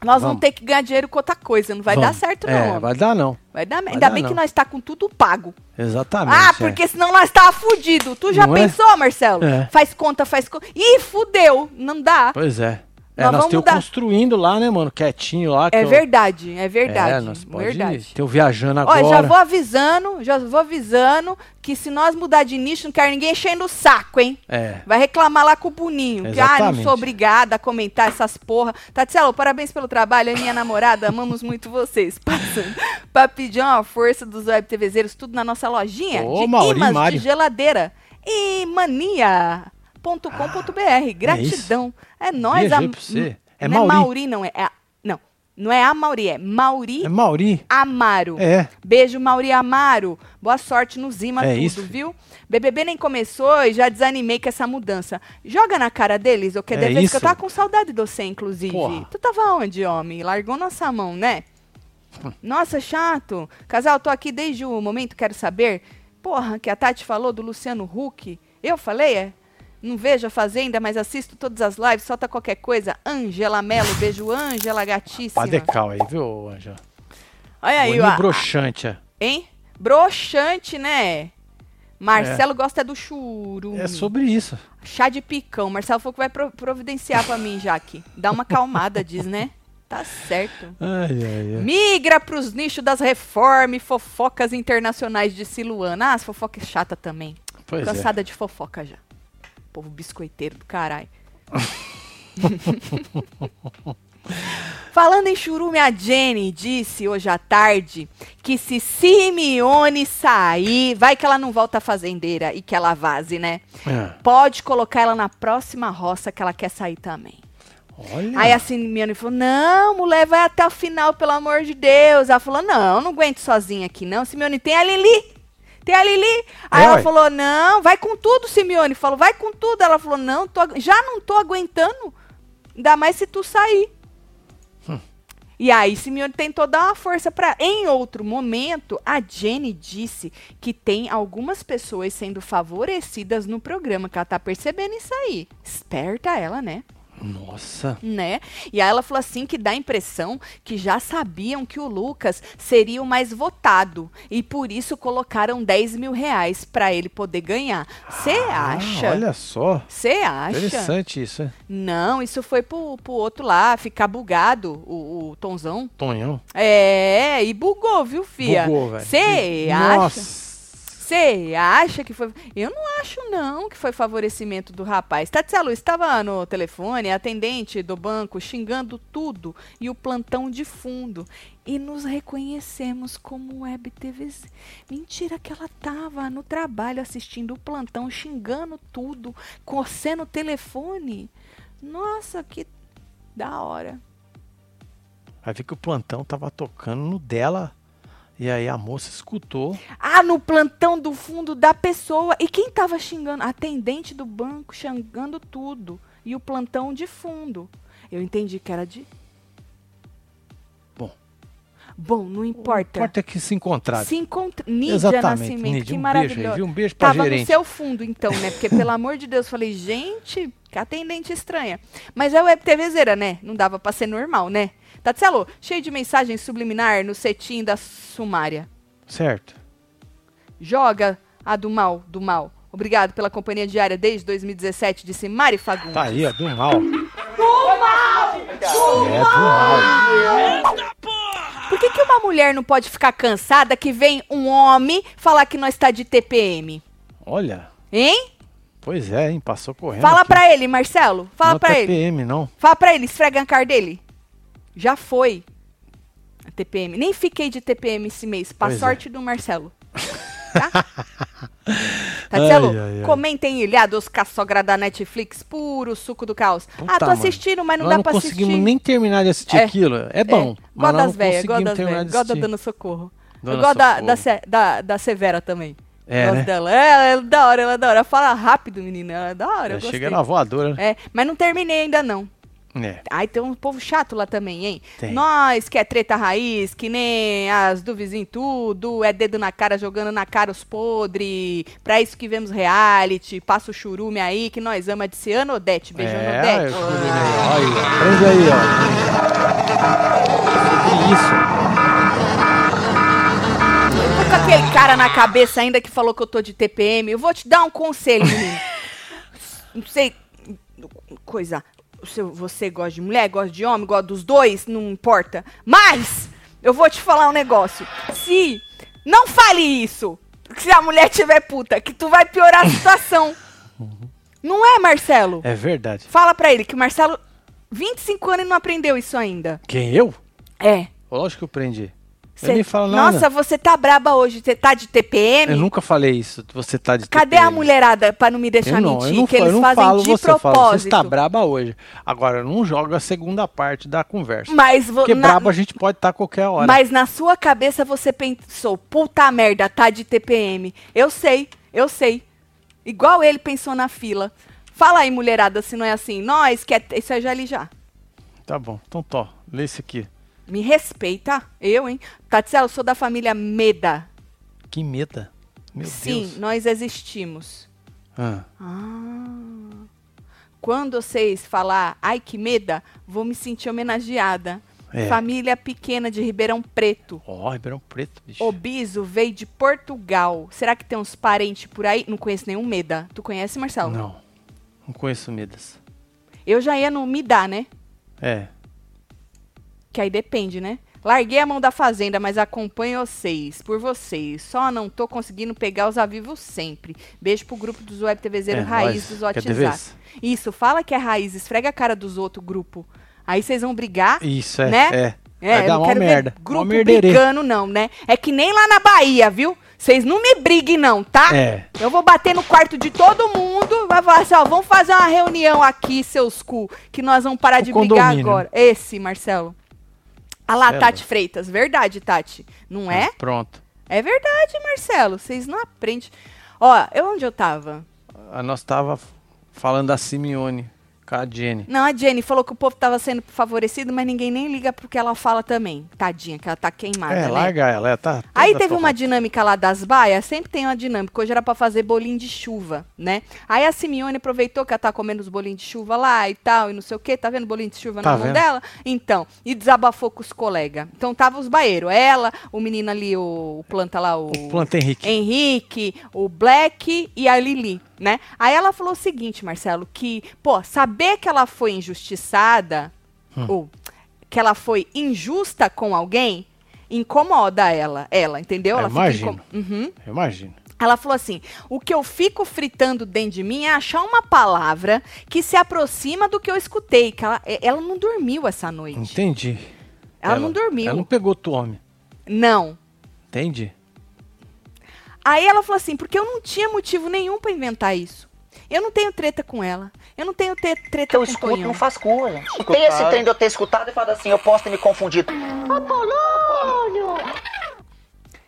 [SPEAKER 2] Nós vamos,
[SPEAKER 1] Vamos.
[SPEAKER 2] ter que ganhar dinheiro com outra coisa. Não vai
[SPEAKER 1] vamos.
[SPEAKER 2] dar certo, não.
[SPEAKER 1] É,
[SPEAKER 2] homem.
[SPEAKER 1] vai dar não.
[SPEAKER 2] Vai dar merda.
[SPEAKER 1] Vai
[SPEAKER 2] Ainda
[SPEAKER 1] dar
[SPEAKER 2] bem que
[SPEAKER 1] não.
[SPEAKER 2] nós tá com tudo pago.
[SPEAKER 1] Exatamente.
[SPEAKER 2] Ah,
[SPEAKER 1] é.
[SPEAKER 2] porque senão nós tava fudido. Tu já
[SPEAKER 1] Não é?
[SPEAKER 2] pensou, Marcelo?
[SPEAKER 1] É.
[SPEAKER 2] Faz conta, faz conta. Ih, fudeu. Não dá.
[SPEAKER 1] Pois é. É,
[SPEAKER 2] Nós
[SPEAKER 1] nós,
[SPEAKER 2] vamos
[SPEAKER 1] temos
[SPEAKER 2] dar-
[SPEAKER 1] construindo lá, né, mano? Quietinho lá. que
[SPEAKER 2] É
[SPEAKER 1] eu-
[SPEAKER 2] verdade, é verdade.
[SPEAKER 1] É, nós pode
[SPEAKER 2] verdade.
[SPEAKER 1] ter o viajando
[SPEAKER 2] Ó,
[SPEAKER 1] agora.
[SPEAKER 2] já vou avisando, já vou avisando que se nós mudar de nicho, não quero ninguém enchendo o saco, hein?
[SPEAKER 1] É.
[SPEAKER 2] Vai reclamar lá com o Boninho. Que, ah, não
[SPEAKER 1] Exatamente.
[SPEAKER 2] sou obrigada a comentar essas porra. Tatielo, parabéns pelo trabalho. É minha namorada. Amamos muito vocês. Passando pra pedir uma força dos web TVzeiros, tudo na nossa lojinha.
[SPEAKER 1] Ô,
[SPEAKER 2] de
[SPEAKER 1] Mauri
[SPEAKER 2] imãs
[SPEAKER 1] Mário.
[SPEAKER 2] de geladeira. Imania.com.br. Gratidão. É, nóis.
[SPEAKER 1] Viajei pra você. É
[SPEAKER 2] não
[SPEAKER 1] Mauri.
[SPEAKER 2] é Mauri, não. É, a- não, não é a Mauri. É Mauri
[SPEAKER 1] É Mauri.
[SPEAKER 2] Amaro.
[SPEAKER 1] É.
[SPEAKER 2] Beijo, Mauri Amaro. Boa sorte no Zima,
[SPEAKER 1] É
[SPEAKER 2] tudo,
[SPEAKER 1] isso.
[SPEAKER 2] viu? BBB nem começou e já desanimei com essa mudança. Joga na cara deles, eu quero
[SPEAKER 1] É
[SPEAKER 2] dizer que eu
[SPEAKER 1] isso.
[SPEAKER 2] tava com saudade de você, inclusive.
[SPEAKER 1] Porra.
[SPEAKER 2] Tu tava onde, homem? Largou nossa mão, né? Nossa, chato. Casal, tô aqui desde o momento, quero saber. Porra, que a Tati falou do Luciano Huck. Eu falei, é? Não vejo a Fazenda, mas assisto todas as lives, solta qualquer coisa. Ângela Melo, beijo, Ângela, gatíssima.
[SPEAKER 1] Padecal aí, viu, Anja?
[SPEAKER 2] Olha aí,
[SPEAKER 1] Boninho
[SPEAKER 2] ó.
[SPEAKER 1] broxante, é.
[SPEAKER 2] Hein? Broxante, né? Marcelo gosta do churu.
[SPEAKER 1] É sobre isso.
[SPEAKER 2] Chá de picão. Marcelo falou que vai pro- providenciar pra mim, Jaque. Dá uma calmada, diz, né? Tá certo.
[SPEAKER 1] Ai, ai, ai.
[SPEAKER 2] Migra pros nichos das reformas e fofocas internacionais de Siluana. Ah, as fofocas é chata também.
[SPEAKER 1] Pois é.
[SPEAKER 2] Cansada de fofoca já. Povo biscoiteiro do caralho. Falando em churume, a Jenny disse hoje à tarde que se Simeone sair, vai que ela não volta fazendeira e que ela vaze, né?
[SPEAKER 1] Ah,
[SPEAKER 2] Pode colocar ela na próxima roça que ela quer sair também.
[SPEAKER 1] Olha.
[SPEAKER 2] Aí a Simeone falou: Não, mulher, vai até o final, pelo amor de Deus. Ela falou: Não, não aguento sozinha aqui, não. Simeone, tem a Lili. Tem a Lili. Aí
[SPEAKER 1] É,
[SPEAKER 2] ela
[SPEAKER 1] ué.
[SPEAKER 2] falou: Não, vai com tudo, Simeone. Falou: Vai com tudo. Ela falou: Não, tô agu- já não tô aguentando. Ainda mais se tu sair.
[SPEAKER 1] Hum.
[SPEAKER 2] E aí, Simeone tentou dar uma força pra. Em outro momento, a Jenny disse que tem algumas pessoas sendo favorecidas no programa, que ela tá percebendo isso aí. Esperta ela, né?
[SPEAKER 1] Nossa.
[SPEAKER 2] né? E aí ela falou assim que dá a impressão que já sabiam que o Lucas seria o mais votado e por isso colocaram 10 mil reais pra ele poder ganhar. Você
[SPEAKER 1] Ah,
[SPEAKER 2] acha?
[SPEAKER 1] olha só.
[SPEAKER 2] Você acha?
[SPEAKER 1] Interessante isso, hein?
[SPEAKER 2] Não, isso foi pro, pro outro lá ficar bugado, o, o Tonzão.
[SPEAKER 1] Tonhão.
[SPEAKER 2] É, e bugou, viu, fia?
[SPEAKER 1] Bugou, velho.
[SPEAKER 2] Você acha?
[SPEAKER 1] Nossa.
[SPEAKER 2] Você acha que foi. Eu não acho, não, que foi favorecimento do rapaz. Tatia Luz estava no telefone, a atendente do banco, xingando tudo e o plantão de fundo. E nos reconhecemos como web TVs. Mentira que ela estava no trabalho assistindo o plantão, xingando tudo, coçando o telefone. Nossa, que da hora.
[SPEAKER 1] Aí vi que o plantão tava tocando no dela. E aí a moça escutou.
[SPEAKER 2] Ah, no plantão do fundo da pessoa. E quem tava xingando? A Atendente do banco xingando tudo. E o plantão de fundo. Eu entendi que era de.
[SPEAKER 1] Bom.
[SPEAKER 2] Bom, não importa.
[SPEAKER 1] Porta é que se encontraram.
[SPEAKER 2] Se encontra. Nídia
[SPEAKER 1] Exatamente.
[SPEAKER 2] Nascimento,
[SPEAKER 1] Nidia,
[SPEAKER 2] que
[SPEAKER 1] um beijo aí,
[SPEAKER 2] maravilhoso.
[SPEAKER 1] viu? Um beijo pra
[SPEAKER 2] Tava no
[SPEAKER 1] gerente.
[SPEAKER 2] seu fundo, então, né? Porque, pelo amor de Deus, falei, gente, que atendente estranha. Mas é web TVzeira, né? Não dava pra ser normal, né? Tatselo, cheio de mensagem subliminar no cetim da sumária.
[SPEAKER 1] Certo.
[SPEAKER 2] Joga a do mal, do mal. Obrigado pela companhia diária desde 2017, disse Mari Fagundes.
[SPEAKER 1] Tá aí, ó, do mal. Do mal! É, do mal.
[SPEAKER 2] Por Por que, que uma mulher não pode ficar cansada que vem um homem falar que nós está de TPM?
[SPEAKER 1] Olha,
[SPEAKER 2] Hein?
[SPEAKER 1] pois é, hein? Passou correndo.
[SPEAKER 2] Fala
[SPEAKER 1] aqui.
[SPEAKER 2] pra ele, Marcelo. Fala
[SPEAKER 1] Não
[SPEAKER 2] pra
[SPEAKER 1] é
[SPEAKER 2] ele.
[SPEAKER 1] TPM, não.
[SPEAKER 2] Fala pra ele, esfrega a cara dele. Já foi a TPM. Nem fiquei de TPM esse mês, pra
[SPEAKER 1] Pois é.
[SPEAKER 2] sorte do Marcelo. Tá? Marcelo,
[SPEAKER 1] Ai, ai, ai.
[SPEAKER 2] comentem ilhados com a sogra da Netflix, puro suco do caos. ah,
[SPEAKER 1] Puta,
[SPEAKER 2] tô
[SPEAKER 1] Então tá, mano.
[SPEAKER 2] assistindo, mas não
[SPEAKER 1] Nós
[SPEAKER 2] dá
[SPEAKER 1] não
[SPEAKER 2] pra assistir.
[SPEAKER 1] conseguimos nem terminar de assistir
[SPEAKER 2] É,
[SPEAKER 1] aquilo. É bom.
[SPEAKER 2] Gosta
[SPEAKER 1] mas nós não
[SPEAKER 2] das velhas, gosta
[SPEAKER 1] conseguimos
[SPEAKER 2] das
[SPEAKER 1] terminar
[SPEAKER 2] velhas,
[SPEAKER 1] de
[SPEAKER 2] gosta da
[SPEAKER 1] assistir.
[SPEAKER 2] Dona Socorro.
[SPEAKER 1] Dona
[SPEAKER 2] Eu gosto da,
[SPEAKER 1] Socorro.
[SPEAKER 2] da, Se- da- da Severa também.
[SPEAKER 1] É,
[SPEAKER 2] gosto
[SPEAKER 1] né?
[SPEAKER 2] dela. É, ela é da hora, ela é da hora. Fala rápido, menina. Ela é da hora, eu
[SPEAKER 1] Já
[SPEAKER 2] gostei.
[SPEAKER 1] chega na voadora, né?
[SPEAKER 2] É, mas não terminei ainda, não.
[SPEAKER 1] É.
[SPEAKER 2] Ai, tem um povo chato lá também, hein?
[SPEAKER 1] Tem.
[SPEAKER 2] Nós que é treta raiz, que nem as do vizinho tudo, é dedo na cara, jogando na cara os podre. Pra isso que vemos reality, passa o churume aí, que nós ama de Ciano Odete. Beijão,
[SPEAKER 1] é, eu
[SPEAKER 2] Odete.
[SPEAKER 1] fui ver aí. Olha, prende aí, ó. Sobre isso.
[SPEAKER 2] Tô Tá com aquele cara na cabeça ainda que falou que eu tô de TPM. Eu vou te dar um conselho, menino. Não sei. Coisa. Se você gosta de mulher, gosta de homem, gosta dos dois, não importa. Mas, eu vou te falar um negócio. Se. Não fale isso! Se a mulher tiver puta, que tu vai piorar a situação. Não é, Marcelo?
[SPEAKER 1] É verdade.
[SPEAKER 2] Fala pra ele que o Marcelo, 25 anos, e não aprendeu isso ainda.
[SPEAKER 1] Quem eu?
[SPEAKER 2] É.
[SPEAKER 1] Lógico que eu prendi.
[SPEAKER 2] Cê-
[SPEAKER 1] Eu nem falo nada.
[SPEAKER 2] Nossa, você tá braba hoje. Você tá de TPM?
[SPEAKER 1] eu nunca falei isso. Você tá de
[SPEAKER 2] Cadê
[SPEAKER 1] TPM?
[SPEAKER 2] a mulherada pra não me deixar
[SPEAKER 1] Eu não,
[SPEAKER 2] mentir?
[SPEAKER 1] eu não,
[SPEAKER 2] que
[SPEAKER 1] fa-
[SPEAKER 2] eles
[SPEAKER 1] eu não
[SPEAKER 2] fazem
[SPEAKER 1] falo
[SPEAKER 2] de
[SPEAKER 1] você, tá eu
[SPEAKER 2] propósito.
[SPEAKER 1] falo, você está braba hoje. Agora, eu não jogo a segunda parte da conversa.
[SPEAKER 2] Mas, vo-
[SPEAKER 1] porque
[SPEAKER 2] na-
[SPEAKER 1] braba a gente pode estar a qualquer hora.
[SPEAKER 2] mas na sua cabeça você pensou, puta merda, tá de TPM. Eu sei, eu sei. Igual ele pensou na fila. Fala aí, mulherada, se não é assim. Nós que é. Isso é já ali já.
[SPEAKER 1] Tá bom, então tó, lê esse aqui.
[SPEAKER 2] Me respeita, eu, hein? Tatiana, eu sou da família Meda.
[SPEAKER 1] Que meta. Meu
[SPEAKER 2] Sim,
[SPEAKER 1] Deus.
[SPEAKER 2] nós existimos.
[SPEAKER 1] Ah,
[SPEAKER 2] Ah. Quando vocês falar, ai que meda, vou me sentir homenageada.
[SPEAKER 1] É.
[SPEAKER 2] Família pequena de Ribeirão Preto.
[SPEAKER 1] Ó, Ribeirão Preto, bicho.
[SPEAKER 2] Obiso veio de Portugal. Será que tem uns parentes por aí? Não conheço nenhum meda. Tu conhece, Marcelo?
[SPEAKER 1] Não, não conheço Midas.
[SPEAKER 2] Eu já ia no me dá, né?
[SPEAKER 1] É,
[SPEAKER 2] Que aí depende, né? Larguei a mão da fazenda, mas acompanho vocês, por vocês. Só não tô conseguindo pegar os avivos sempre. Beijo pro grupo dos Web TV Zero
[SPEAKER 1] É
[SPEAKER 2] Raiz
[SPEAKER 1] nóis.
[SPEAKER 2] dos
[SPEAKER 1] Quer
[SPEAKER 2] WhatsApp.
[SPEAKER 1] dever?
[SPEAKER 2] Isso, fala que é raiz, esfrega a cara dos outros grupo. Aí vocês vão brigar.
[SPEAKER 1] isso, é.
[SPEAKER 2] Né?
[SPEAKER 1] É,
[SPEAKER 2] É,
[SPEAKER 1] vai
[SPEAKER 2] eu
[SPEAKER 1] dar
[SPEAKER 2] não
[SPEAKER 1] uma
[SPEAKER 2] quero
[SPEAKER 1] merda.
[SPEAKER 2] ver
[SPEAKER 1] Uma
[SPEAKER 2] grupo
[SPEAKER 1] merderê.
[SPEAKER 2] brigando, não, né? É que nem lá na Bahia, viu? Vocês não me briguem, não, tá?
[SPEAKER 1] É.
[SPEAKER 2] Eu vou bater no quarto de todo mundo, vai falar assim, ó, vamos fazer uma reunião aqui, seus cu, que nós vamos parar
[SPEAKER 1] O
[SPEAKER 2] de brigar
[SPEAKER 1] condomínio. é
[SPEAKER 2] agora. Esse, Marcelo. A lá,
[SPEAKER 1] Marcelo.
[SPEAKER 2] Tati Freitas. Verdade, Tati. Não é?
[SPEAKER 1] Pronto.
[SPEAKER 2] É verdade, Marcelo. Vocês não aprendem. Ó, eu onde eu tava?
[SPEAKER 1] Ah, Nós tava falando da Simeone com a Jenny.
[SPEAKER 2] Não, a Jenny falou que o povo tava sendo favorecido, mas ninguém nem liga pro que ela fala também. Tadinha, que ela tá queimada,
[SPEAKER 1] é,
[SPEAKER 2] né?
[SPEAKER 1] larga ela, ela tá.
[SPEAKER 2] Aí
[SPEAKER 1] toda
[SPEAKER 2] teve uma
[SPEAKER 1] torrada.
[SPEAKER 2] dinâmica lá das baias, sempre tem uma dinâmica. Hoje era pra fazer bolinho de chuva, né? Aí a Simeone aproveitou que ela tá comendo os bolinhos de chuva lá e tal, e não sei o quê. Tá vendo bolinho de chuva
[SPEAKER 1] Tá
[SPEAKER 2] na mão
[SPEAKER 1] vendo.
[SPEAKER 2] dela? Então, e desabafou com os colegas. Então tava os baieiros. Ela, o menino ali, o, o planta lá, o.
[SPEAKER 1] O Planta Henrique.
[SPEAKER 2] Henrique, o Black e a Lili, né? Aí ela falou o seguinte, Marcelo, que, pô, saber que ela foi injustiçada, ou que ela foi injusta com alguém, incomoda ela, ela, entendeu?
[SPEAKER 1] Eu
[SPEAKER 2] Ela
[SPEAKER 1] imagino.
[SPEAKER 2] incom- Uhum.
[SPEAKER 1] Eu imagino.
[SPEAKER 2] Ela falou assim: o que eu fico fritando dentro de mim é achar uma palavra que se aproxima do que eu escutei. Que ela, é- ela não dormiu essa noite.
[SPEAKER 1] Entendi.
[SPEAKER 2] Ela, não dormiu.
[SPEAKER 1] Ela não pegou tu, homem.
[SPEAKER 2] não.
[SPEAKER 1] Entendi.
[SPEAKER 2] Aí ela falou assim, porque eu não tinha motivo nenhum pra inventar isso. Eu não tenho treta com ela. Eu não tenho te- treta
[SPEAKER 5] é que eu
[SPEAKER 2] com o
[SPEAKER 5] escuto
[SPEAKER 2] Tonhão.
[SPEAKER 5] não faz cura, gente. Tem esse trem de eu ter escutado e falado assim, eu posso ter me confundido.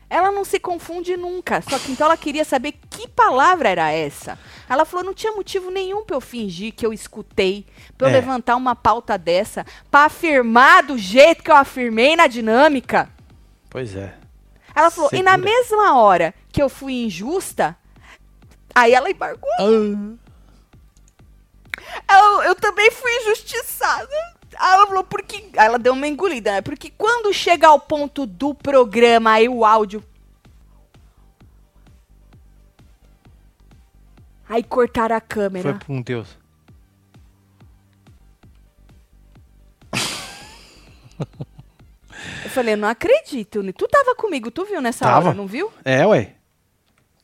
[SPEAKER 2] Ela não se confunde nunca. Só que então ela queria saber que palavra era essa. Ela falou, não tinha motivo nenhum pra eu fingir que eu escutei, pra eu
[SPEAKER 1] É.
[SPEAKER 2] levantar uma pauta dessa, pra afirmar do jeito que eu afirmei na dinâmica.
[SPEAKER 1] Pois é.
[SPEAKER 2] Ela falou, e na
[SPEAKER 1] Segura.
[SPEAKER 2] mesma hora que eu fui injusta, aí ela embarcou. Eu, eu também fui injustiçada. Aí ela falou, porque. Aí ela deu uma engolida, né? Porque quando chega ao ponto do programa, aí o áudio. Aí cortaram a câmera.
[SPEAKER 1] Foi com Deus.
[SPEAKER 2] Foi, falei, não acredito. né? Tu tava comigo, tu viu nessa
[SPEAKER 1] Tava.
[SPEAKER 2] hora, não viu?
[SPEAKER 1] É, ué.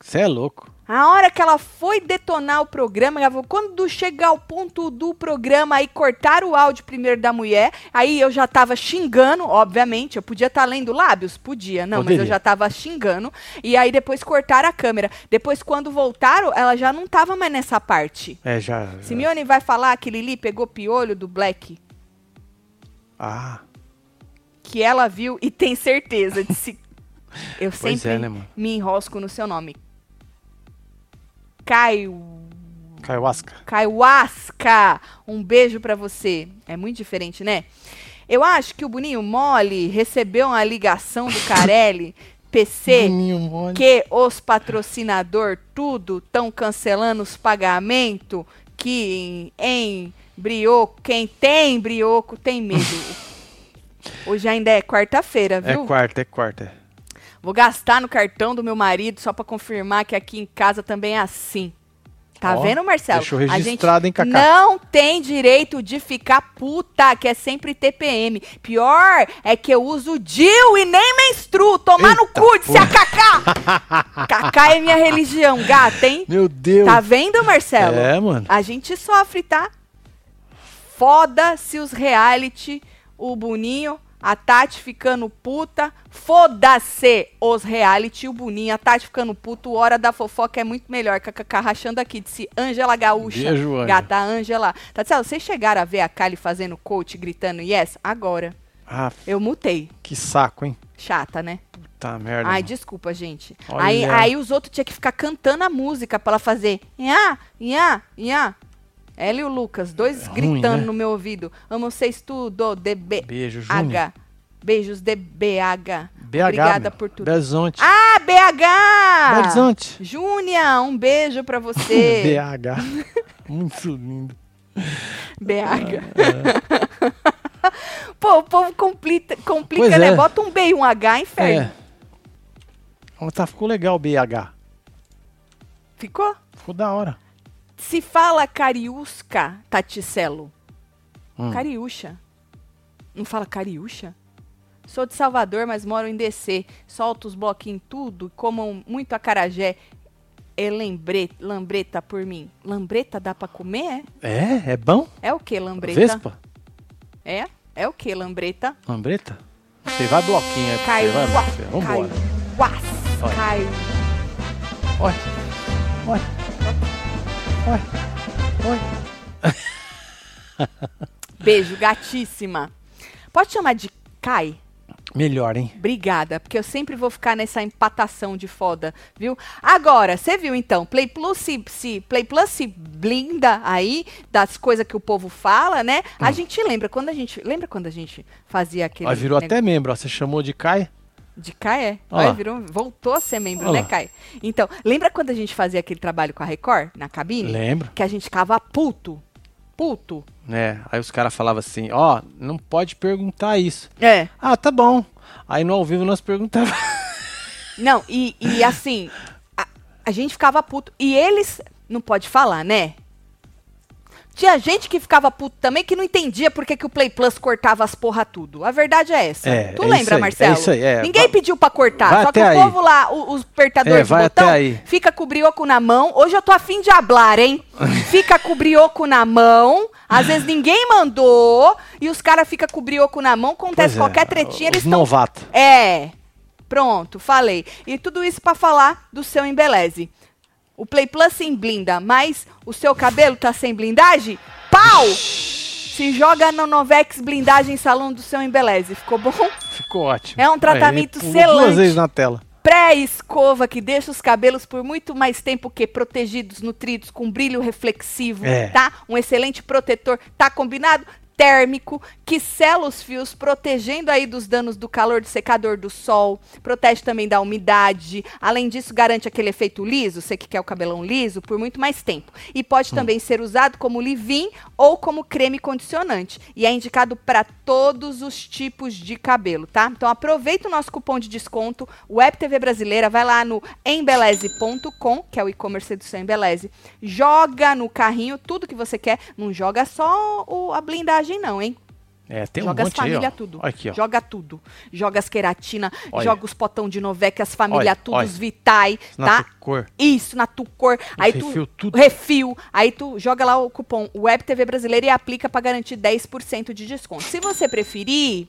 [SPEAKER 1] Você é louco.
[SPEAKER 2] A hora que ela foi detonar o programa, ela falou, quando chegar o ponto do programa aí cortar o áudio primeiro da mulher, aí eu já tava xingando, obviamente, eu podia estar lendo lábios, podia, não, mas
[SPEAKER 1] Poderia.
[SPEAKER 2] eu já tava xingando. E aí depois cortaram a câmera. Depois quando voltaram, ela já não tava mais nessa parte.
[SPEAKER 1] É, já. já.
[SPEAKER 2] Simeone vai falar que Lili pegou piolho do Black,
[SPEAKER 1] Ah,
[SPEAKER 2] que ela viu e tem certeza de se Eu
[SPEAKER 1] pois
[SPEAKER 2] sempre
[SPEAKER 1] é, né, mano?
[SPEAKER 2] me enrosco no seu nome. Caio
[SPEAKER 1] Ayahuasca.
[SPEAKER 2] Kaiwaska, um beijo pra você. É muito diferente, né? Eu acho que o Boninho Mole recebeu uma ligação do Carelli, PC,
[SPEAKER 1] Boninho mole.
[SPEAKER 2] que os patrocinador tudo estão cancelando os pagamentos, que em, em brioco, quem tem brioco tem medo. Hoje ainda é quarta-feira,
[SPEAKER 1] É
[SPEAKER 2] viu?
[SPEAKER 1] quarta, é quarta. é.
[SPEAKER 2] Vou gastar no cartão do meu marido só pra confirmar que aqui em casa também é assim. Tá
[SPEAKER 1] Ó,
[SPEAKER 2] vendo, Marcelo?
[SPEAKER 1] Deixou
[SPEAKER 2] A gente
[SPEAKER 1] registrado, hein, Cacá?
[SPEAKER 2] não tem direito de ficar puta, que é sempre TPM. Pior é que eu uso DIL e nem menstruo. Tomar no
[SPEAKER 1] Eita
[SPEAKER 2] cu de ser a
[SPEAKER 1] porra.
[SPEAKER 2] Cacá. Cacá é minha religião, gata, hein?
[SPEAKER 1] Meu Deus.
[SPEAKER 2] Tá vendo, Marcelo?
[SPEAKER 1] É, mano.
[SPEAKER 2] A gente sofre, tá? Foda-se os reality, o Boninho, a Tati ficando puta. Foda-se os reality, o Boninho, a Tati ficando puta. O Hora da Fofoca é muito melhor. KKK rachando aqui, disse Ângela Gaúcha.
[SPEAKER 1] Beijo, Ângela.
[SPEAKER 2] Gata Ângela. Tatiana, vocês chegaram a ver a Kali fazendo coach, gritando yes? Agora.
[SPEAKER 1] Ah,
[SPEAKER 2] Eu mutei.
[SPEAKER 1] que saco, hein?
[SPEAKER 2] Chata, né?
[SPEAKER 1] Puta merda.
[SPEAKER 2] Ai,
[SPEAKER 1] mano.
[SPEAKER 2] desculpa, gente.
[SPEAKER 1] Olha.
[SPEAKER 2] Aí, aí os outros tinham que ficar cantando a música pra ela fazer. Nhá, nhá, nhá. Ela e o Lucas, dois
[SPEAKER 1] É ruim,
[SPEAKER 2] gritando
[SPEAKER 1] né?
[SPEAKER 2] no meu ouvido. Amo vocês tudo, DBH.
[SPEAKER 1] Beijo, Júnior.
[SPEAKER 2] Beijos, DBH.
[SPEAKER 1] BH.
[SPEAKER 2] Obrigada
[SPEAKER 1] meu.
[SPEAKER 2] por tudo.
[SPEAKER 1] Horizonte.
[SPEAKER 2] Ah, BH!
[SPEAKER 1] Belo Horizonte.
[SPEAKER 2] Júnia, um beijo pra você.
[SPEAKER 1] BH. Muito lindo.
[SPEAKER 2] BH. Pô, o povo complica, complica
[SPEAKER 1] Ah, é. Pois
[SPEAKER 2] né?
[SPEAKER 1] é.
[SPEAKER 2] Bota um B e um H, inferno.
[SPEAKER 1] É. Ó, Tá, ficou legal o BH.
[SPEAKER 2] Ficou?
[SPEAKER 1] Ficou da hora.
[SPEAKER 2] Se fala cariusca, Taticelo.
[SPEAKER 1] Hum.
[SPEAKER 2] Cariúcha. Não fala cariúcha? Sou de Salvador, mas moro em DC. Solto os bloquinhos tudo, comam muito acarajé. É lembre, lambreta por mim. Lambreta dá pra comer,
[SPEAKER 1] É? É bom?
[SPEAKER 2] é? É o que lambreta?
[SPEAKER 1] Vespa?
[SPEAKER 2] É? É o que lambreta? Caiu,
[SPEAKER 1] Lambreta? Você vai bloquinho aí. pra você, É, vai,
[SPEAKER 2] Caiuá,
[SPEAKER 1] meu filho. Vambora.
[SPEAKER 2] caiuás,
[SPEAKER 1] Olha.
[SPEAKER 2] caiu.
[SPEAKER 1] Olha. Olha. Olha. Olha.
[SPEAKER 2] Beijo, gatíssima. Pode chamar de Cai?
[SPEAKER 1] Melhor, hein?
[SPEAKER 2] Obrigada, porque eu sempre vou ficar nessa empatação de foda, viu? Agora, você viu então, Play Plus se, se- Play Plus se blinda aí das coisas que o povo fala, né?
[SPEAKER 1] Hum.
[SPEAKER 2] A gente lembra quando a gente, lembra quando a gente fazia aquele
[SPEAKER 1] Ó, virou
[SPEAKER 2] nego-
[SPEAKER 1] até membro, ó. Você chamou de Kai?
[SPEAKER 2] de Kai, é?
[SPEAKER 1] Ó
[SPEAKER 2] Aí
[SPEAKER 1] lá.
[SPEAKER 2] virou, voltou a ser membro,
[SPEAKER 1] Ó
[SPEAKER 2] né,
[SPEAKER 1] lá.
[SPEAKER 2] Kai? Então, lembra quando a gente fazia aquele trabalho com a Record na cabine?
[SPEAKER 1] Lembro.
[SPEAKER 2] Que a gente ficava puto. Puto.
[SPEAKER 1] Né? Aí os caras falavam assim, ó, não pode perguntar isso.
[SPEAKER 2] É.
[SPEAKER 1] Ah, tá bom. Aí no ao vivo nós perguntávamos.
[SPEAKER 2] Não, e, e assim, a, a gente ficava puto. E eles. Não pode falar, né? Tinha gente que ficava puto também que não entendia por que, que o Play Plus cortava as porra tudo. A verdade é essa.
[SPEAKER 1] É,
[SPEAKER 2] tu
[SPEAKER 1] é isso
[SPEAKER 2] lembra,
[SPEAKER 1] aí, é
[SPEAKER 2] Marcelo?
[SPEAKER 1] isso aí, é.
[SPEAKER 2] Ninguém
[SPEAKER 1] Va-
[SPEAKER 2] pediu pra cortar.
[SPEAKER 1] vai
[SPEAKER 2] só que
[SPEAKER 1] até
[SPEAKER 2] o
[SPEAKER 1] aí.
[SPEAKER 2] povo lá, o- os apertadores
[SPEAKER 1] É,
[SPEAKER 2] de
[SPEAKER 1] vai até
[SPEAKER 2] botão,
[SPEAKER 1] aí.
[SPEAKER 2] fica com o brioco na mão. Hoje eu tô afim de hablar, hein? Fica com o brioco na mão. Às vezes ninguém mandou. E os caras ficam com o brioco na mão.
[SPEAKER 1] Pois
[SPEAKER 2] Acontece
[SPEAKER 1] é,
[SPEAKER 2] qualquer tretinha,
[SPEAKER 1] os
[SPEAKER 2] eles estão
[SPEAKER 1] novato.
[SPEAKER 2] é. Pronto, falei. E tudo isso pra falar do seu embeleze. O Play Plus sem blinda, mas o seu cabelo tá sem blindagem? Pau! Se joga no Novex blindagem salão do seu embeleze. Ficou bom?
[SPEAKER 1] Ficou ótimo.
[SPEAKER 2] É um tratamento
[SPEAKER 1] Aí, pulou
[SPEAKER 2] selante.
[SPEAKER 1] Duas vezes na tela.
[SPEAKER 2] Pré-escova que deixa os cabelos por muito mais tempo que protegidos, nutridos, com brilho reflexivo,
[SPEAKER 1] É.
[SPEAKER 2] tá? Um excelente protetor, tá combinado? Térmico, que sela os fios, protegendo aí dos danos do calor, do secador do sol, protege também da umidade. Além disso, garante aquele efeito liso, você que quer o cabelão liso, por muito mais tempo. E pode também ser usado como leave-in ou como creme condicionante. E é indicado para todos os tipos de cabelo, tá? Então aproveita o nosso cupom de desconto, Web TV Brasileira, vai lá no embeleze.com, que é o e-commerce do seu Embeleze. Joga no carrinho tudo que você quer, não joga só o- a blindagem não, hein?
[SPEAKER 1] É, tem
[SPEAKER 2] joga
[SPEAKER 1] um
[SPEAKER 2] as
[SPEAKER 1] monte aí,
[SPEAKER 2] família
[SPEAKER 1] ó.
[SPEAKER 2] tudo.
[SPEAKER 1] Olha aqui, ó.
[SPEAKER 2] Joga tudo. Joga as queratina,
[SPEAKER 1] Olha.
[SPEAKER 2] joga os potão de Novec, as família
[SPEAKER 1] Olha,
[SPEAKER 2] tudo,
[SPEAKER 1] olha.
[SPEAKER 2] os Vitae,
[SPEAKER 1] Na
[SPEAKER 2] tá?
[SPEAKER 1] tua cor.
[SPEAKER 2] Isso, na tua cor. aí tu
[SPEAKER 1] refil, tudo.
[SPEAKER 2] refil, aí tu joga lá o cupom WebTV Brasileira e aplica pra garantir 10% de desconto. Se você preferir,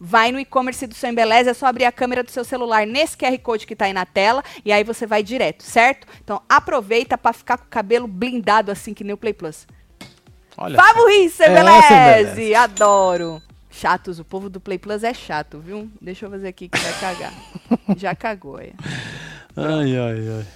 [SPEAKER 2] vai no e-commerce do seu Embeleze, é só abrir a câmera do seu celular nesse QR Code que tá aí na tela e aí você vai direto, certo? Então aproveita pra ficar com o cabelo blindado assim que nem o Play Plus.
[SPEAKER 1] Olha.
[SPEAKER 2] Fábio Riz,
[SPEAKER 1] É,
[SPEAKER 2] Sebeleze,
[SPEAKER 1] Sebeleze.
[SPEAKER 2] adoro. Chatos, o povo do Play Plus é chato, viu? Deixa eu fazer aqui que vai cagar. Já cagou, é.
[SPEAKER 1] Ai, ai, ai.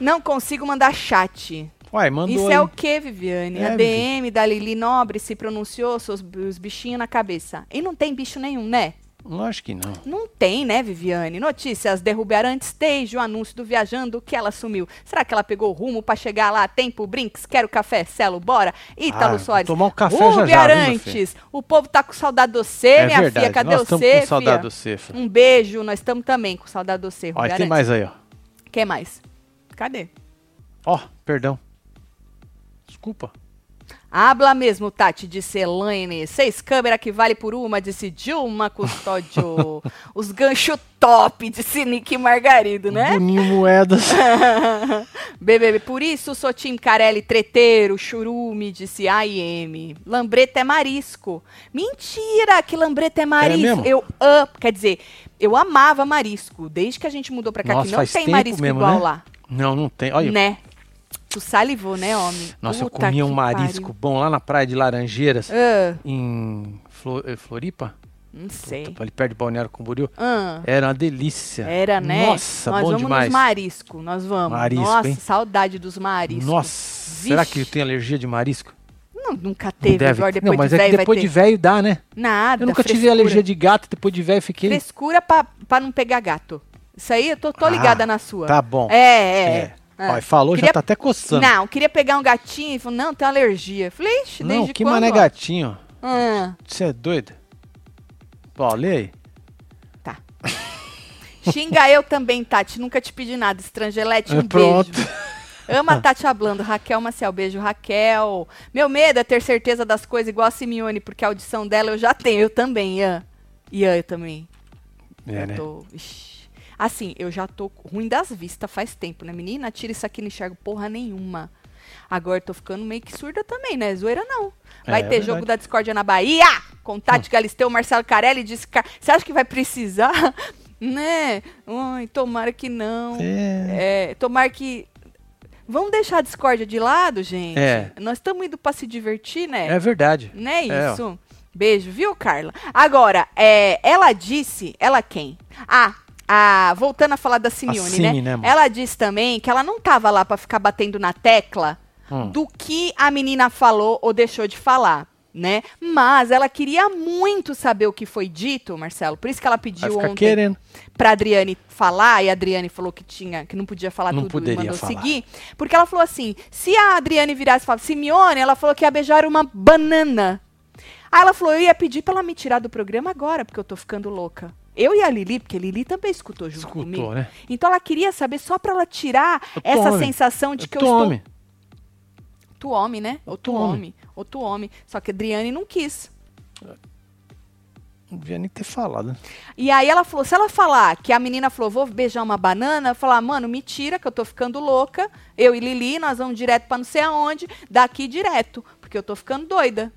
[SPEAKER 2] Não consigo mandar chat.
[SPEAKER 1] Uai, mandou
[SPEAKER 2] Isso
[SPEAKER 1] aí.
[SPEAKER 2] é o que, Viviane?
[SPEAKER 1] É,
[SPEAKER 2] a DM da Lili Nobre se pronunciou sobre os bichinhos na cabeça. E não tem bicho nenhum, né?
[SPEAKER 1] Não acho que não.
[SPEAKER 2] Não tem, né, Viviane? Notícias derrubarantes desde o anúncio do viajando que ela sumiu. Será que ela pegou rumo pra chegar lá a tempo? Brinks, quero café, Celo, bora. Ítalo
[SPEAKER 1] Ah, vou
[SPEAKER 2] Soares.
[SPEAKER 1] tomar um café já já,
[SPEAKER 2] Rubi
[SPEAKER 1] viu, meu
[SPEAKER 2] Arantes, o povo tá com saudade de você, minha filha. Cadê
[SPEAKER 1] É Nós
[SPEAKER 2] você,
[SPEAKER 1] estamos
[SPEAKER 2] filha? Hum,
[SPEAKER 1] com saudade do Cefa.
[SPEAKER 2] Um beijo, nós estamos também com saudade de você, Rubi
[SPEAKER 1] Olha, tem
[SPEAKER 2] Arantes.
[SPEAKER 1] mais aí, ó.
[SPEAKER 2] Quem mais? Cadê?
[SPEAKER 1] Ó, perdão. Desculpa.
[SPEAKER 2] Habla mesmo, Tati, disse Elaine. Seis câmera que vale por uma, disse Dilma Custódio. Os gancho top, disse Nick Margarido, né?
[SPEAKER 1] Boninho Moedas.
[SPEAKER 2] BBB. Por isso, sou time Carelli treteiro, churume, disse AIM. Lambreta é marisco. Mentira que lambreta é marisco.
[SPEAKER 1] mesmo?
[SPEAKER 2] eu amo, quer dizer, eu amava marisco. Desde que a gente mudou pra cá,
[SPEAKER 1] Nossa,
[SPEAKER 2] que não
[SPEAKER 1] faz
[SPEAKER 2] tem
[SPEAKER 1] tempo
[SPEAKER 2] marisco
[SPEAKER 1] mesmo,
[SPEAKER 2] igual
[SPEAKER 1] né?
[SPEAKER 2] lá.
[SPEAKER 1] Não, não tem. Olha,
[SPEAKER 2] Né? Tu salivou, né, homem?
[SPEAKER 1] nossa, eu
[SPEAKER 2] Puta
[SPEAKER 1] comia um
[SPEAKER 2] que
[SPEAKER 1] marisco
[SPEAKER 2] pariu.
[SPEAKER 1] bom lá na praia de Laranjeiras,
[SPEAKER 2] Ah,
[SPEAKER 1] em Flo- eh, Floripa,
[SPEAKER 2] não sei.
[SPEAKER 1] ali perto de Balneário Camboriú.
[SPEAKER 2] Ah,
[SPEAKER 1] Era uma delícia.
[SPEAKER 2] era, né?
[SPEAKER 1] É. Nossa,
[SPEAKER 2] nós
[SPEAKER 1] bom
[SPEAKER 2] vamos
[SPEAKER 1] demais.
[SPEAKER 2] nos marisco, nós vamos.
[SPEAKER 1] Marisco,
[SPEAKER 2] Nossa,
[SPEAKER 1] hein?
[SPEAKER 2] saudade dos mariscos.
[SPEAKER 1] Nossa,
[SPEAKER 2] Vixe.
[SPEAKER 1] será que eu tenho alergia de marisco?
[SPEAKER 2] Não, nunca
[SPEAKER 1] Não
[SPEAKER 2] teve,
[SPEAKER 1] deve.
[SPEAKER 2] agora
[SPEAKER 1] ter.
[SPEAKER 2] depois
[SPEAKER 1] não, mas
[SPEAKER 2] de
[SPEAKER 1] é
[SPEAKER 2] velho
[SPEAKER 1] que
[SPEAKER 2] vai
[SPEAKER 1] depois
[SPEAKER 2] ter.
[SPEAKER 1] de velho dá, né?
[SPEAKER 2] Nada,
[SPEAKER 1] Eu nunca tive
[SPEAKER 2] frescura.
[SPEAKER 1] alergia de gato, depois de velho fiquei.
[SPEAKER 2] Frescura pra, pra não pegar gato. Isso aí eu tô, tô
[SPEAKER 1] Ah,
[SPEAKER 2] ligada na sua.
[SPEAKER 1] Tá bom.
[SPEAKER 2] É, é.
[SPEAKER 1] É.
[SPEAKER 2] Ah.
[SPEAKER 1] Ó, falou,
[SPEAKER 2] Queria-
[SPEAKER 1] já tá até coçando.
[SPEAKER 2] Não, queria pegar um gatinho e falou, não, tem alergia. Falei, ixi,
[SPEAKER 1] Não,
[SPEAKER 2] desde
[SPEAKER 1] que
[SPEAKER 2] quando?
[SPEAKER 1] mané
[SPEAKER 2] ó?
[SPEAKER 1] gatinho.
[SPEAKER 2] Ah,
[SPEAKER 1] Você é doido? Ó, lê aí.
[SPEAKER 2] xinga eu também, Tati. Nunca te pedi nada. Estrangelete, um
[SPEAKER 1] É, Pronto.
[SPEAKER 2] beijo. Ama a Tati Ablando. Raquel Maciel, beijo, Raquel. Meu medo é ter certeza das coisas igual a Simeone, porque a audição dela eu já tenho. Eu também, Ian. Ian, eu também.
[SPEAKER 1] É,
[SPEAKER 2] eu
[SPEAKER 1] né?
[SPEAKER 2] tô. Ixi. Assim, eu já tô ruim das vistas faz tempo, né? Menina, tira isso aqui, não enxergo porra nenhuma. Agora eu tô ficando meio que surda também, né? Zoeira não.
[SPEAKER 1] É,
[SPEAKER 2] Vai
[SPEAKER 1] é
[SPEAKER 2] ter
[SPEAKER 1] verdade. Hum.
[SPEAKER 2] jogo da discórdia na Bahia! Contate Galisteu, Marcelo Carelli disse. Car... Você acha que vai precisar? né? Ai, tomara que não.
[SPEAKER 1] É.
[SPEAKER 2] É, tomara que. Vamos deixar a discórdia de lado, gente?
[SPEAKER 1] É.
[SPEAKER 2] Nós estamos indo pra se divertir, né?
[SPEAKER 1] É verdade.
[SPEAKER 2] Não é
[SPEAKER 1] É, ó.
[SPEAKER 2] isso? Beijo, viu, Carla? Agora, é, ela disse, ela quem? Ah, a, voltando a falar da Simeone,
[SPEAKER 1] Simi,
[SPEAKER 2] né?
[SPEAKER 1] né, mano?
[SPEAKER 2] ela disse também que ela não tava lá pra ficar batendo na tecla
[SPEAKER 1] Hum.
[SPEAKER 2] do que a menina falou ou deixou de falar, né? Mas ela queria muito saber o que foi dito, Marcelo. Por isso que ela
[SPEAKER 1] Vai
[SPEAKER 2] pediu
[SPEAKER 1] ficar
[SPEAKER 2] ontem
[SPEAKER 1] querendo.
[SPEAKER 2] pra Adriane falar, e a Adriane falou que tinha, que não podia falar
[SPEAKER 1] Não
[SPEAKER 2] tudo e
[SPEAKER 1] poderia
[SPEAKER 2] mandou
[SPEAKER 1] falar.
[SPEAKER 2] seguir. Porque ela falou assim: se a Adriane virasse e falasse, Simeone, ela falou que ia beijar uma banana. Aí ela falou: eu ia pedir pra ela me tirar do programa agora, porque eu tô ficando louca. Eu e a Lili, porque a Lili também escutou junto comigo.
[SPEAKER 1] Escutou, né?
[SPEAKER 2] Então ela queria saber só pra ela tirar
[SPEAKER 1] Eu
[SPEAKER 2] essa
[SPEAKER 1] tome.
[SPEAKER 2] sensação de que eu, estou
[SPEAKER 1] Tome.
[SPEAKER 2] Tu homem, né? Ou tu
[SPEAKER 1] Tu homem.
[SPEAKER 2] homem. Ou tu homem. Só que a Adriane não quis.
[SPEAKER 1] Não devia nem ter falado.
[SPEAKER 2] E aí ela falou, se ela falar que a menina falou, vou beijar uma banana, eu falar, mano, me tira que eu tô ficando louca. Eu e Lili, nós vamos direto pra não sei aonde, daqui direto, porque eu tô ficando doida.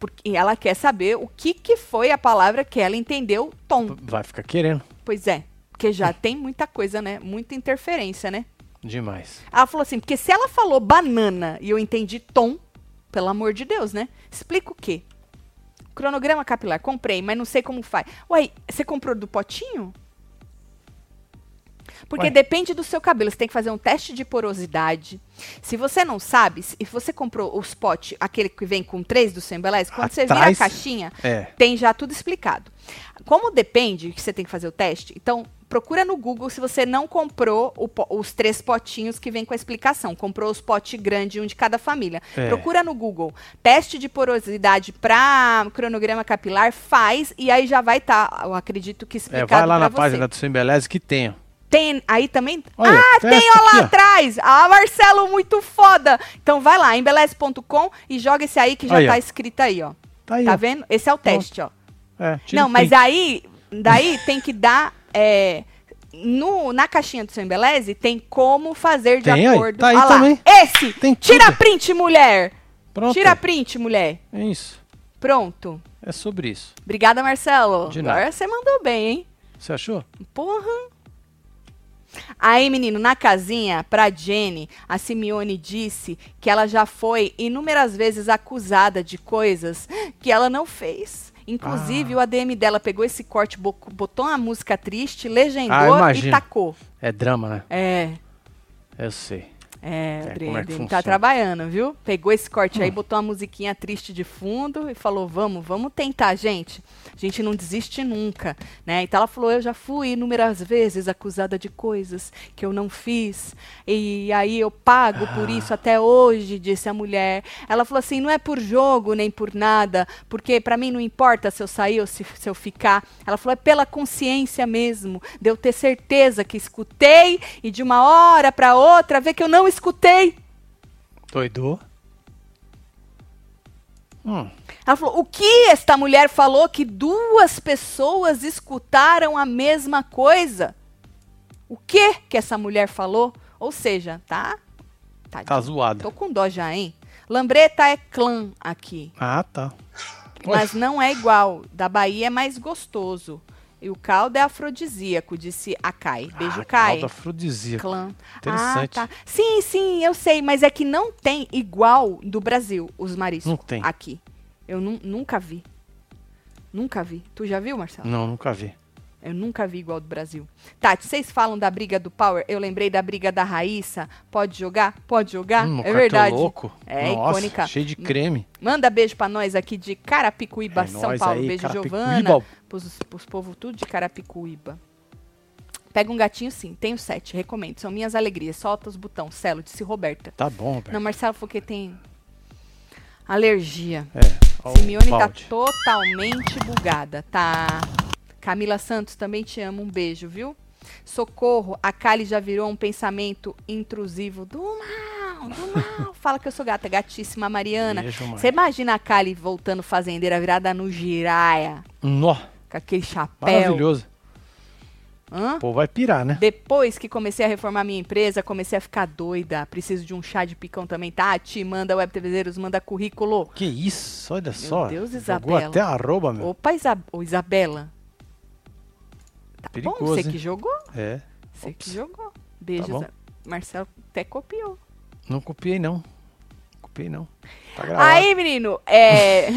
[SPEAKER 2] Porque ela quer saber o que que foi a palavra que ela entendeu, tom.
[SPEAKER 1] Vai ficar querendo.
[SPEAKER 2] Pois é, porque já tem muita coisa, né? Muita interferência, né?
[SPEAKER 1] Demais.
[SPEAKER 2] Ela falou assim, porque se ela falou banana e eu entendi tom, pelo amor de Deus, né? Explica o quê? Cronograma capilar, comprei, mas não sei como faz. Ué, você comprou do potinho? Porque
[SPEAKER 1] Ué.
[SPEAKER 2] depende do seu cabelo. Você tem que fazer um teste de porosidade. Se você não sabe, se você comprou os potes, aquele que vem com três do Sembeleze, quando você vira a
[SPEAKER 1] Atrás-
[SPEAKER 2] caixinha,
[SPEAKER 1] É.
[SPEAKER 2] tem já tudo explicado. Como depende que você tem que fazer o teste, então procura no Google se você não comprou o po- os três potinhos que vem com a explicação. Comprou os potes grandes, um de cada família.
[SPEAKER 1] É.
[SPEAKER 2] Procura no Google. Teste de porosidade para cronograma capilar, faz, e aí já vai estar, eu acredito que
[SPEAKER 1] É,
[SPEAKER 2] explicado
[SPEAKER 1] vai lá
[SPEAKER 2] pra
[SPEAKER 1] na
[SPEAKER 2] você.
[SPEAKER 1] página do Sem Beleza que tem.
[SPEAKER 2] Tem, aí também...
[SPEAKER 1] Olha,
[SPEAKER 2] ah,
[SPEAKER 1] testa
[SPEAKER 2] tem, ó lá
[SPEAKER 1] aqui, ó.
[SPEAKER 2] atrás! Ah, Marcelo, muito foda! Então vai lá, embeleze.com e joga esse aí que já
[SPEAKER 1] Aí,
[SPEAKER 2] tá
[SPEAKER 1] ó.
[SPEAKER 2] escrito aí, ó.
[SPEAKER 1] Tá aí.
[SPEAKER 2] Tá
[SPEAKER 1] ó.
[SPEAKER 2] vendo? Esse é o teste, ó.
[SPEAKER 1] É, tira
[SPEAKER 2] Não,
[SPEAKER 1] o
[SPEAKER 2] mas
[SPEAKER 1] print.
[SPEAKER 2] aí, daí tem que dar. é, no, na caixinha do seu embeleze tem como fazer de
[SPEAKER 1] Tem aí,
[SPEAKER 2] acordo.
[SPEAKER 1] tá aí
[SPEAKER 2] Olha lá,
[SPEAKER 1] também.
[SPEAKER 2] Esse!
[SPEAKER 1] Tem
[SPEAKER 2] Tira
[SPEAKER 1] tudo.
[SPEAKER 2] print, mulher!
[SPEAKER 1] Pronto.
[SPEAKER 2] Tira print, mulher!
[SPEAKER 1] É isso.
[SPEAKER 2] Pronto.
[SPEAKER 1] É sobre isso.
[SPEAKER 2] Obrigada, Marcelo.
[SPEAKER 1] De nada.
[SPEAKER 2] Agora você mandou bem, hein?
[SPEAKER 1] Você achou?
[SPEAKER 2] Porra! Aí, menino, na casinha, pra Jenny, a Simeone disse que ela já foi inúmeras vezes acusada de coisas que ela não fez. Inclusive,
[SPEAKER 1] Ah.
[SPEAKER 2] o ADM dela pegou esse corte, bo- botou uma música triste,
[SPEAKER 1] Ah,
[SPEAKER 2] legendou
[SPEAKER 1] eu imagino.
[SPEAKER 2] e tacou.
[SPEAKER 1] É drama, né?
[SPEAKER 2] É,
[SPEAKER 1] Eu sei.
[SPEAKER 2] é,
[SPEAKER 1] É,
[SPEAKER 2] Adriane,
[SPEAKER 1] como é que
[SPEAKER 2] tá
[SPEAKER 1] funciona?
[SPEAKER 2] trabalhando, viu? Pegou esse corte aí, botou uma musiquinha triste de fundo e falou: vamos, vamos tentar, gente. A gente não desiste nunca, né? Então ela falou: eu já fui inúmeras vezes acusada de coisas que eu não fiz, e aí eu pago por isso até hoje, disse a mulher. Ela falou assim: não é por jogo nem por nada, porque pra mim não importa se eu sair ou se, se eu ficar. Ela falou: é pela consciência mesmo, de eu ter certeza que escutei e de uma hora pra outra ver que eu não escutei.
[SPEAKER 1] Doidou? Hum.
[SPEAKER 2] Ela falou: o que esta mulher falou que duas pessoas escutaram a mesma coisa? O que que essa mulher falou? Ou seja, tá? Tá,
[SPEAKER 1] Tá
[SPEAKER 2] de-
[SPEAKER 1] zoada.
[SPEAKER 2] Tô com dó já, hein? Lambreta é clã aqui,
[SPEAKER 1] Ah, tá.
[SPEAKER 2] mas não é igual. Da Bahia é mais gostoso. E o caldo é afrodisíaco, disse a Kai. Beijo,
[SPEAKER 1] ah,
[SPEAKER 2] Kai.
[SPEAKER 1] caldo afrodisíaco.
[SPEAKER 2] Clã.
[SPEAKER 1] Interessante.
[SPEAKER 2] Ah, tá. Sim, sim, eu sei, mas é que não tem igual do Brasil os mariscos
[SPEAKER 1] Não tem.
[SPEAKER 2] aqui. Eu nu- nunca vi. Nunca vi. Tu já viu, Marcelo?
[SPEAKER 1] Não, nunca vi.
[SPEAKER 2] Eu nunca vi igual do Brasil. Tati, vocês falam da briga do Power? Eu lembrei da briga da Raíssa. Pode jogar? Pode jogar?
[SPEAKER 1] Hum, o
[SPEAKER 2] é
[SPEAKER 1] cartão
[SPEAKER 2] verdade.
[SPEAKER 1] louco.
[SPEAKER 2] É
[SPEAKER 1] Nossa,
[SPEAKER 2] icônica.
[SPEAKER 1] Cheio de creme.
[SPEAKER 2] Manda beijo pra nós aqui de Carapicuíba,
[SPEAKER 1] É
[SPEAKER 2] São
[SPEAKER 1] nóis
[SPEAKER 2] Paulo.
[SPEAKER 1] aí,
[SPEAKER 2] beijo,
[SPEAKER 1] Carapicuíba.
[SPEAKER 2] Giovana. Pros, pros povo tudo de Carapicuíba. Pega um gatinho, sim. Tenho sete. Recomendo. São minhas alegrias. Solta os botão. Celo, disse Roberta.
[SPEAKER 1] Tá bom, Roberto.
[SPEAKER 2] Não, Marcelo falou que tem alergia.
[SPEAKER 1] É.
[SPEAKER 2] Simeone tá
[SPEAKER 1] balde.
[SPEAKER 2] totalmente bugada, tá? Camila Santos, também te amo, um beijo, viu? Socorro, a Kali já virou um pensamento intrusivo do mal, do mal. Fala que eu sou gata, gatíssima Mariana.
[SPEAKER 1] Beijo, Mari.
[SPEAKER 2] Você imagina a Kali voltando fazendeira virada no giraia,
[SPEAKER 1] Nó,
[SPEAKER 2] com aquele chapéu.
[SPEAKER 1] maravilhoso.
[SPEAKER 2] Hã?
[SPEAKER 1] Pô, vai pirar, né?
[SPEAKER 2] Depois que comecei a reformar minha empresa, comecei a ficar doida. Preciso de um chá de picão também, Tati. Manda web TVzeiros, manda currículo.
[SPEAKER 1] Que isso, olha só.
[SPEAKER 2] Deus,
[SPEAKER 1] Jogou
[SPEAKER 2] Isabela.
[SPEAKER 1] até a arroba, meu.
[SPEAKER 2] Opa, Isa Ô, Isabela. Tá bom,
[SPEAKER 1] Perigoso,
[SPEAKER 2] você que
[SPEAKER 1] hein?
[SPEAKER 2] jogou.
[SPEAKER 1] É,
[SPEAKER 2] Você que
[SPEAKER 1] Ops.
[SPEAKER 2] jogou. Beijo,
[SPEAKER 1] Tá bom.
[SPEAKER 2] Isa- Marcelo até copiou.
[SPEAKER 1] não copiei, não. Copiei, não. Tá gravado.
[SPEAKER 2] Aí, menino, é.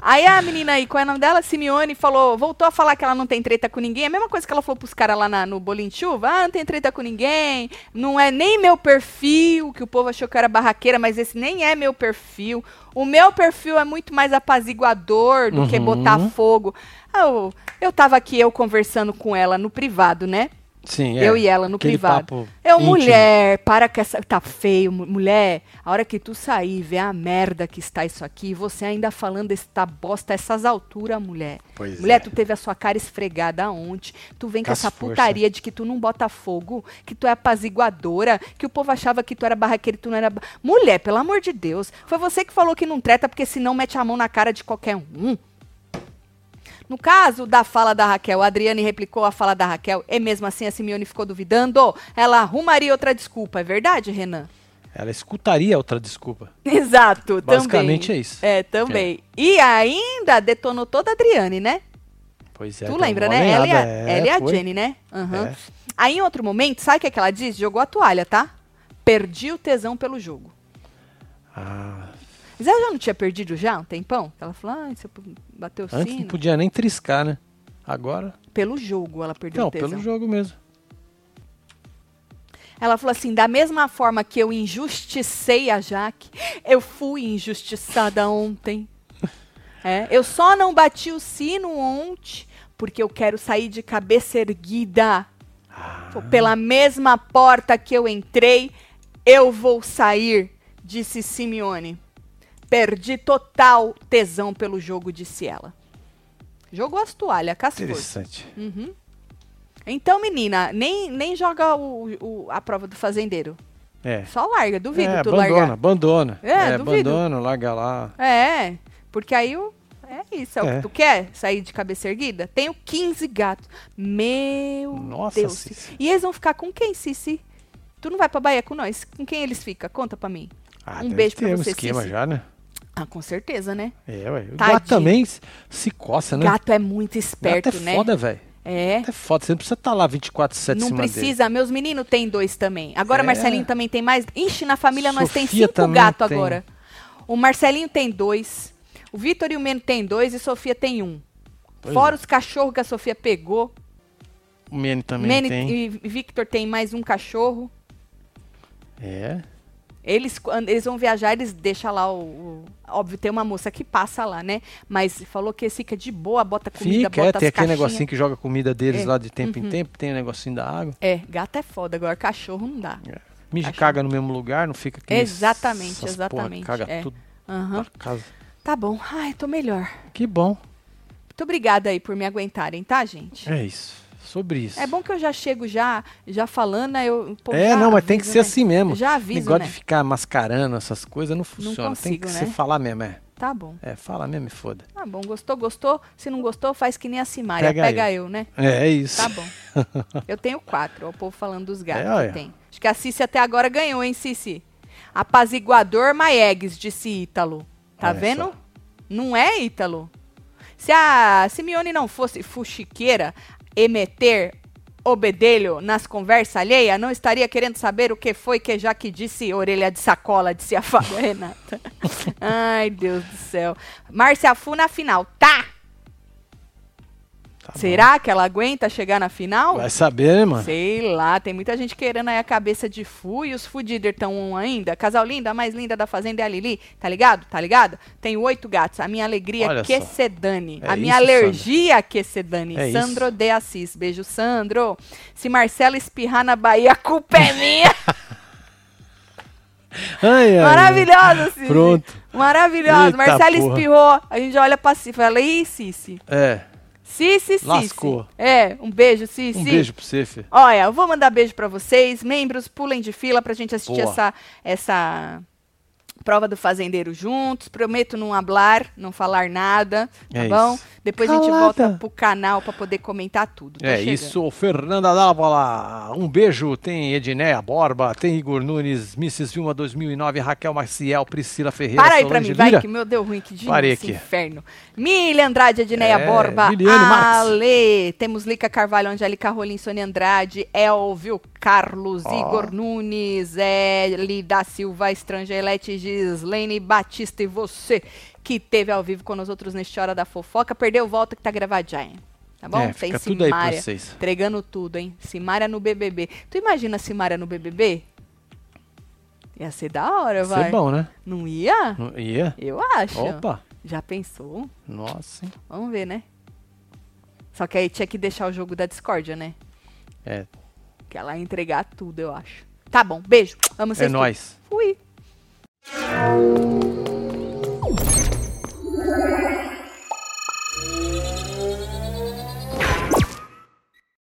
[SPEAKER 2] aí a menina aí, qual é o nome dela? Simeone falou, voltou a falar que ela não tem treta com ninguém. É A mesma coisa que ela falou pros caras lá na- no bolinho de chuva. Ah, não tem treta com ninguém. Não é nem meu perfil, que o povo achou que eu era barraqueira, mas esse nem é meu perfil. O meu perfil é muito mais apaziguador do que
[SPEAKER 1] Uhum.
[SPEAKER 2] botar fogo. Ah, Eu, eu tava aqui, eu conversando com ela no privado, né?
[SPEAKER 1] Sim, é.
[SPEAKER 2] eu e ela no
[SPEAKER 1] Aquele
[SPEAKER 2] privado.
[SPEAKER 1] papo
[SPEAKER 2] Eu,
[SPEAKER 1] íntimo.
[SPEAKER 2] mulher, para com essa. Tá feio, mu- mulher. A hora que tu sair e ver a merda que está isso aqui, você ainda falando esta bosta a essas alturas, mulher.
[SPEAKER 1] Pois
[SPEAKER 2] mulher,
[SPEAKER 1] é.
[SPEAKER 2] tu teve a sua cara esfregada ontem. Tu vem com
[SPEAKER 1] Com as
[SPEAKER 2] essa
[SPEAKER 1] força.
[SPEAKER 2] putaria de que tu não bota fogo, que tu é apaziguadora, que o povo achava que tu era barraqueiro e tu não era. ba- Mulher, pelo amor de Deus. Foi você que falou que não treta, porque senão mete a mão na cara de qualquer um. No caso da fala da Raquel, a Adriane replicou a fala da Raquel e mesmo assim a Simeone ficou duvidando. Ela arrumaria outra desculpa, é verdade, Renan?
[SPEAKER 1] Ela escutaria outra desculpa.
[SPEAKER 2] Exato,
[SPEAKER 1] Basicamente
[SPEAKER 2] também.
[SPEAKER 1] é isso.
[SPEAKER 2] É, também. E ainda detonou toda a Adriane, né?
[SPEAKER 1] Pois é.
[SPEAKER 2] tu
[SPEAKER 1] deu
[SPEAKER 2] lembra,
[SPEAKER 1] uma
[SPEAKER 2] né? Ela e a,
[SPEAKER 1] lenhada, É,
[SPEAKER 2] ela e a
[SPEAKER 1] foi.
[SPEAKER 2] Jenny, né? Aham.
[SPEAKER 1] É.
[SPEAKER 2] Aí em outro momento, sabe o que, é que ela diz? Jogou a toalha, tá? Perdi o tesão pelo jogo.
[SPEAKER 1] Ah,
[SPEAKER 2] Mas ela já não tinha perdido já um tempão? Ela falou, ah, você bateu o
[SPEAKER 1] antes não
[SPEAKER 2] sino.
[SPEAKER 1] podia nem triscar, né? Agora,
[SPEAKER 2] Pelo jogo ela perdeu
[SPEAKER 1] não,
[SPEAKER 2] o tesão.
[SPEAKER 1] pelo jogo mesmo.
[SPEAKER 2] Ela falou assim: da mesma forma que eu injusticei a Jaque, eu fui injustiçada ontem. É, eu só não bati o sino ontem porque eu quero sair de cabeça erguida. Pô, Pela mesma porta que eu entrei, eu vou sair, disse Simeone. Perdi total tesão pelo jogo, disse ela. Jogou as toalhas, cascou.
[SPEAKER 1] Interessante.
[SPEAKER 2] Então, menina, nem, nem joga o- o- a prova do fazendeiro.
[SPEAKER 1] É.
[SPEAKER 2] Só larga, duvido
[SPEAKER 1] é,
[SPEAKER 2] tu
[SPEAKER 1] abandona,
[SPEAKER 2] largar.
[SPEAKER 1] abandona.
[SPEAKER 2] É, duvido.
[SPEAKER 1] abandona, larga lá.
[SPEAKER 2] É, porque aí o. É isso, é, o
[SPEAKER 1] É.
[SPEAKER 2] que tu quer? Sair de cabeça erguida? Tenho 15 gatos. Meu
[SPEAKER 1] Nossa,
[SPEAKER 2] Deus.
[SPEAKER 1] Cici.
[SPEAKER 2] E eles vão ficar com quem, Cici? Tu não vai pra Bahia com nós? Com quem eles ficam? Conta pra mim.
[SPEAKER 1] Ah,
[SPEAKER 2] Um
[SPEAKER 1] deve
[SPEAKER 2] beijo
[SPEAKER 1] ter
[SPEAKER 2] pra
[SPEAKER 1] um
[SPEAKER 2] você,
[SPEAKER 1] esquema
[SPEAKER 2] Cici.
[SPEAKER 1] já, né?
[SPEAKER 2] Ah, com certeza, né?
[SPEAKER 1] É, ué. O
[SPEAKER 2] Tadinho.
[SPEAKER 1] gato também se coça, né?
[SPEAKER 2] Gato é muito
[SPEAKER 1] gato
[SPEAKER 2] esperto,
[SPEAKER 1] é
[SPEAKER 2] né?
[SPEAKER 1] foda, velho.
[SPEAKER 2] É.
[SPEAKER 1] É foda. Você não precisa estar lá 24, 7 em
[SPEAKER 2] Não
[SPEAKER 1] cima dele.
[SPEAKER 2] precisa. Meus meninos têm dois também. Agora
[SPEAKER 1] É.
[SPEAKER 2] Marcelinho também tem mais. Ixi, na família nós tem
[SPEAKER 1] Sofia
[SPEAKER 2] cinco
[SPEAKER 1] também
[SPEAKER 2] gatos
[SPEAKER 1] tem.
[SPEAKER 2] agora. O Marcelinho tem dois. O Vitor e o Meno tem dois e Sofia tem um.
[SPEAKER 1] Pois é.
[SPEAKER 2] Fora os cachorros que a Sofia pegou.
[SPEAKER 1] O Mene também
[SPEAKER 2] Mene
[SPEAKER 1] tem.
[SPEAKER 2] e Victor tem mais um cachorro.
[SPEAKER 1] É.
[SPEAKER 2] Eles, quando eles vão viajar, eles deixam lá o, o- Óbvio, tem uma moça que passa lá, né? Mas falou que fica de boa, bota comida,
[SPEAKER 1] Fica, é,
[SPEAKER 2] bota
[SPEAKER 1] tem
[SPEAKER 2] as
[SPEAKER 1] aquele
[SPEAKER 2] caixinhas.
[SPEAKER 1] negocinho que joga comida deles
[SPEAKER 2] É.
[SPEAKER 1] lá de tempo em tempo, tem o negocinho da água.
[SPEAKER 2] É, gato é foda, agora cachorro não dá. É.
[SPEAKER 1] Mija e
[SPEAKER 2] Acho-
[SPEAKER 1] caga no mesmo lugar, não fica aqui.
[SPEAKER 2] Exatamente,
[SPEAKER 1] essas
[SPEAKER 2] exatamente,
[SPEAKER 1] Porra, caga
[SPEAKER 2] é.
[SPEAKER 1] tudo
[SPEAKER 2] Aham.
[SPEAKER 1] pra casa.
[SPEAKER 2] Tá bom. Ai, tô melhor.
[SPEAKER 1] Que bom.
[SPEAKER 2] Muito obrigada aí por me aguentarem, tá, gente?
[SPEAKER 1] É isso. Sobre isso.
[SPEAKER 2] É bom que eu já chego já, já falando, aí eu... pô,
[SPEAKER 1] É,
[SPEAKER 2] já
[SPEAKER 1] não, mas tem que
[SPEAKER 2] aviso,
[SPEAKER 1] ser
[SPEAKER 2] né?
[SPEAKER 1] assim mesmo.
[SPEAKER 2] Já
[SPEAKER 1] O
[SPEAKER 2] aviso,
[SPEAKER 1] negócio
[SPEAKER 2] né?
[SPEAKER 1] de ficar mascarando essas coisas não funciona. tem
[SPEAKER 2] consigo,
[SPEAKER 1] que
[SPEAKER 2] né?
[SPEAKER 1] ser falar mesmo, é.
[SPEAKER 2] Tá bom.
[SPEAKER 1] É, fala mesmo e foda.
[SPEAKER 2] Tá bom, gostou, gostou. Se não gostou, faz que nem a Simária. Pega,
[SPEAKER 1] Pega
[SPEAKER 2] eu, né?
[SPEAKER 1] É, é isso.
[SPEAKER 2] Tá bom. Eu tenho quatro, ó, o povo falando dos gatos
[SPEAKER 1] É,
[SPEAKER 2] que
[SPEAKER 1] olha.
[SPEAKER 2] tem. Acho que a Cici até agora ganhou, hein, Cici? Apaziguador Maiegues, disse Ítalo. Tá
[SPEAKER 1] Olha
[SPEAKER 2] vendo?
[SPEAKER 1] só.
[SPEAKER 2] Não é, Ítalo? Se a Simeone não fosse fuxiqueira e meter obedelho nas conversas alheias, não estaria querendo saber o que foi que já que disse orelha de sacola, disse a Fábio Renata. Ai, Deus do céu. Márcia Fu na final, tá?
[SPEAKER 1] Tá bom.
[SPEAKER 2] Será que ela aguenta chegar na final?
[SPEAKER 1] Vai saber, né, mano?
[SPEAKER 2] Sei lá, tem muita gente querendo aí a cabeça de Fu e os Fudider estão on ainda. Casal linda, a mais linda da fazenda é a Lili, tá ligado? Tá ligado? Tenho oito gatos. A minha alegria
[SPEAKER 1] Olha
[SPEAKER 2] que
[SPEAKER 1] só.
[SPEAKER 2] se dane.
[SPEAKER 1] É
[SPEAKER 2] a minha
[SPEAKER 1] isso,
[SPEAKER 2] alergia que se dane.
[SPEAKER 1] É
[SPEAKER 2] Sandro
[SPEAKER 1] isso.
[SPEAKER 2] de Assis. Beijo, Sandro. Se Marcelo espirrar na Bahia, a culpa é minha.
[SPEAKER 1] Ai, ai, ai.
[SPEAKER 2] Maravilhoso, Cici.
[SPEAKER 1] É. Pronto.
[SPEAKER 2] Maravilhoso.
[SPEAKER 1] Eita
[SPEAKER 2] Marcelo
[SPEAKER 1] porra.
[SPEAKER 2] espirrou. A gente olha pra Cici e fala, ih, Cici.
[SPEAKER 1] É.
[SPEAKER 2] Cici, Cici.
[SPEAKER 1] Lascou.
[SPEAKER 2] É, um beijo, Cici.
[SPEAKER 1] Um beijo pra você, filho.
[SPEAKER 2] Olha, eu vou mandar beijo pra vocês. Membros, pulem de fila pra gente assistir
[SPEAKER 1] Boa.
[SPEAKER 2] essa, essa prova do fazendeiro juntos. Prometo não hablar, não falar nada, tá
[SPEAKER 1] É
[SPEAKER 2] bom?
[SPEAKER 1] isso.
[SPEAKER 2] Depois a gente
[SPEAKER 1] Calada.
[SPEAKER 2] volta pro canal pra poder comentar tudo. tá
[SPEAKER 1] É
[SPEAKER 2] chegando.
[SPEAKER 1] isso, Fernanda Dávola, um beijo, tem Edneia Borba, tem Igor Nunes, Mrs. Vilma 2009, Raquel Maciel, Priscila Ferreira,
[SPEAKER 2] Para aí pra
[SPEAKER 1] Solange
[SPEAKER 2] mim, vai,
[SPEAKER 1] Lira.
[SPEAKER 2] que meu deu ruim, que dia
[SPEAKER 1] Parei
[SPEAKER 2] esse
[SPEAKER 1] aqui.
[SPEAKER 2] inferno. Milha Andrade, Edneia
[SPEAKER 1] É,
[SPEAKER 2] Borba,
[SPEAKER 1] Miliane Marques.
[SPEAKER 2] Ale, temos Lica Carvalho, Angélica Rolim, Sônia Andrade, Elvio Carlos, Igor Nunes, Eli da Silva, Estrangelete, Gislene Batista e você que teve ao vivo com nós outros neste Hora da Fofoca, perdeu, volta que tá gravado já, hein? Tá bom?
[SPEAKER 1] É,
[SPEAKER 2] Tem
[SPEAKER 1] fica tudo aí pra
[SPEAKER 2] Simária
[SPEAKER 1] vocês.
[SPEAKER 2] entregando tudo, hein? Simária no BBB. Tu imagina a Simária no BBB? Ia ser da hora,
[SPEAKER 1] Isso é
[SPEAKER 2] vai.
[SPEAKER 1] bom, né?
[SPEAKER 2] Não ia?
[SPEAKER 1] Não- Ia?
[SPEAKER 2] Eu acho.
[SPEAKER 1] Opa,
[SPEAKER 2] Já pensou?
[SPEAKER 1] nossa, hein?
[SPEAKER 2] Vamos ver, né? Só que aí tinha que deixar o jogo da discórdia, né?
[SPEAKER 1] É,
[SPEAKER 2] Que ela ia entregar tudo, eu acho. Tá bom, beijo. Amo
[SPEAKER 1] é
[SPEAKER 2] vocês. todos.
[SPEAKER 1] nóis.
[SPEAKER 2] Fui.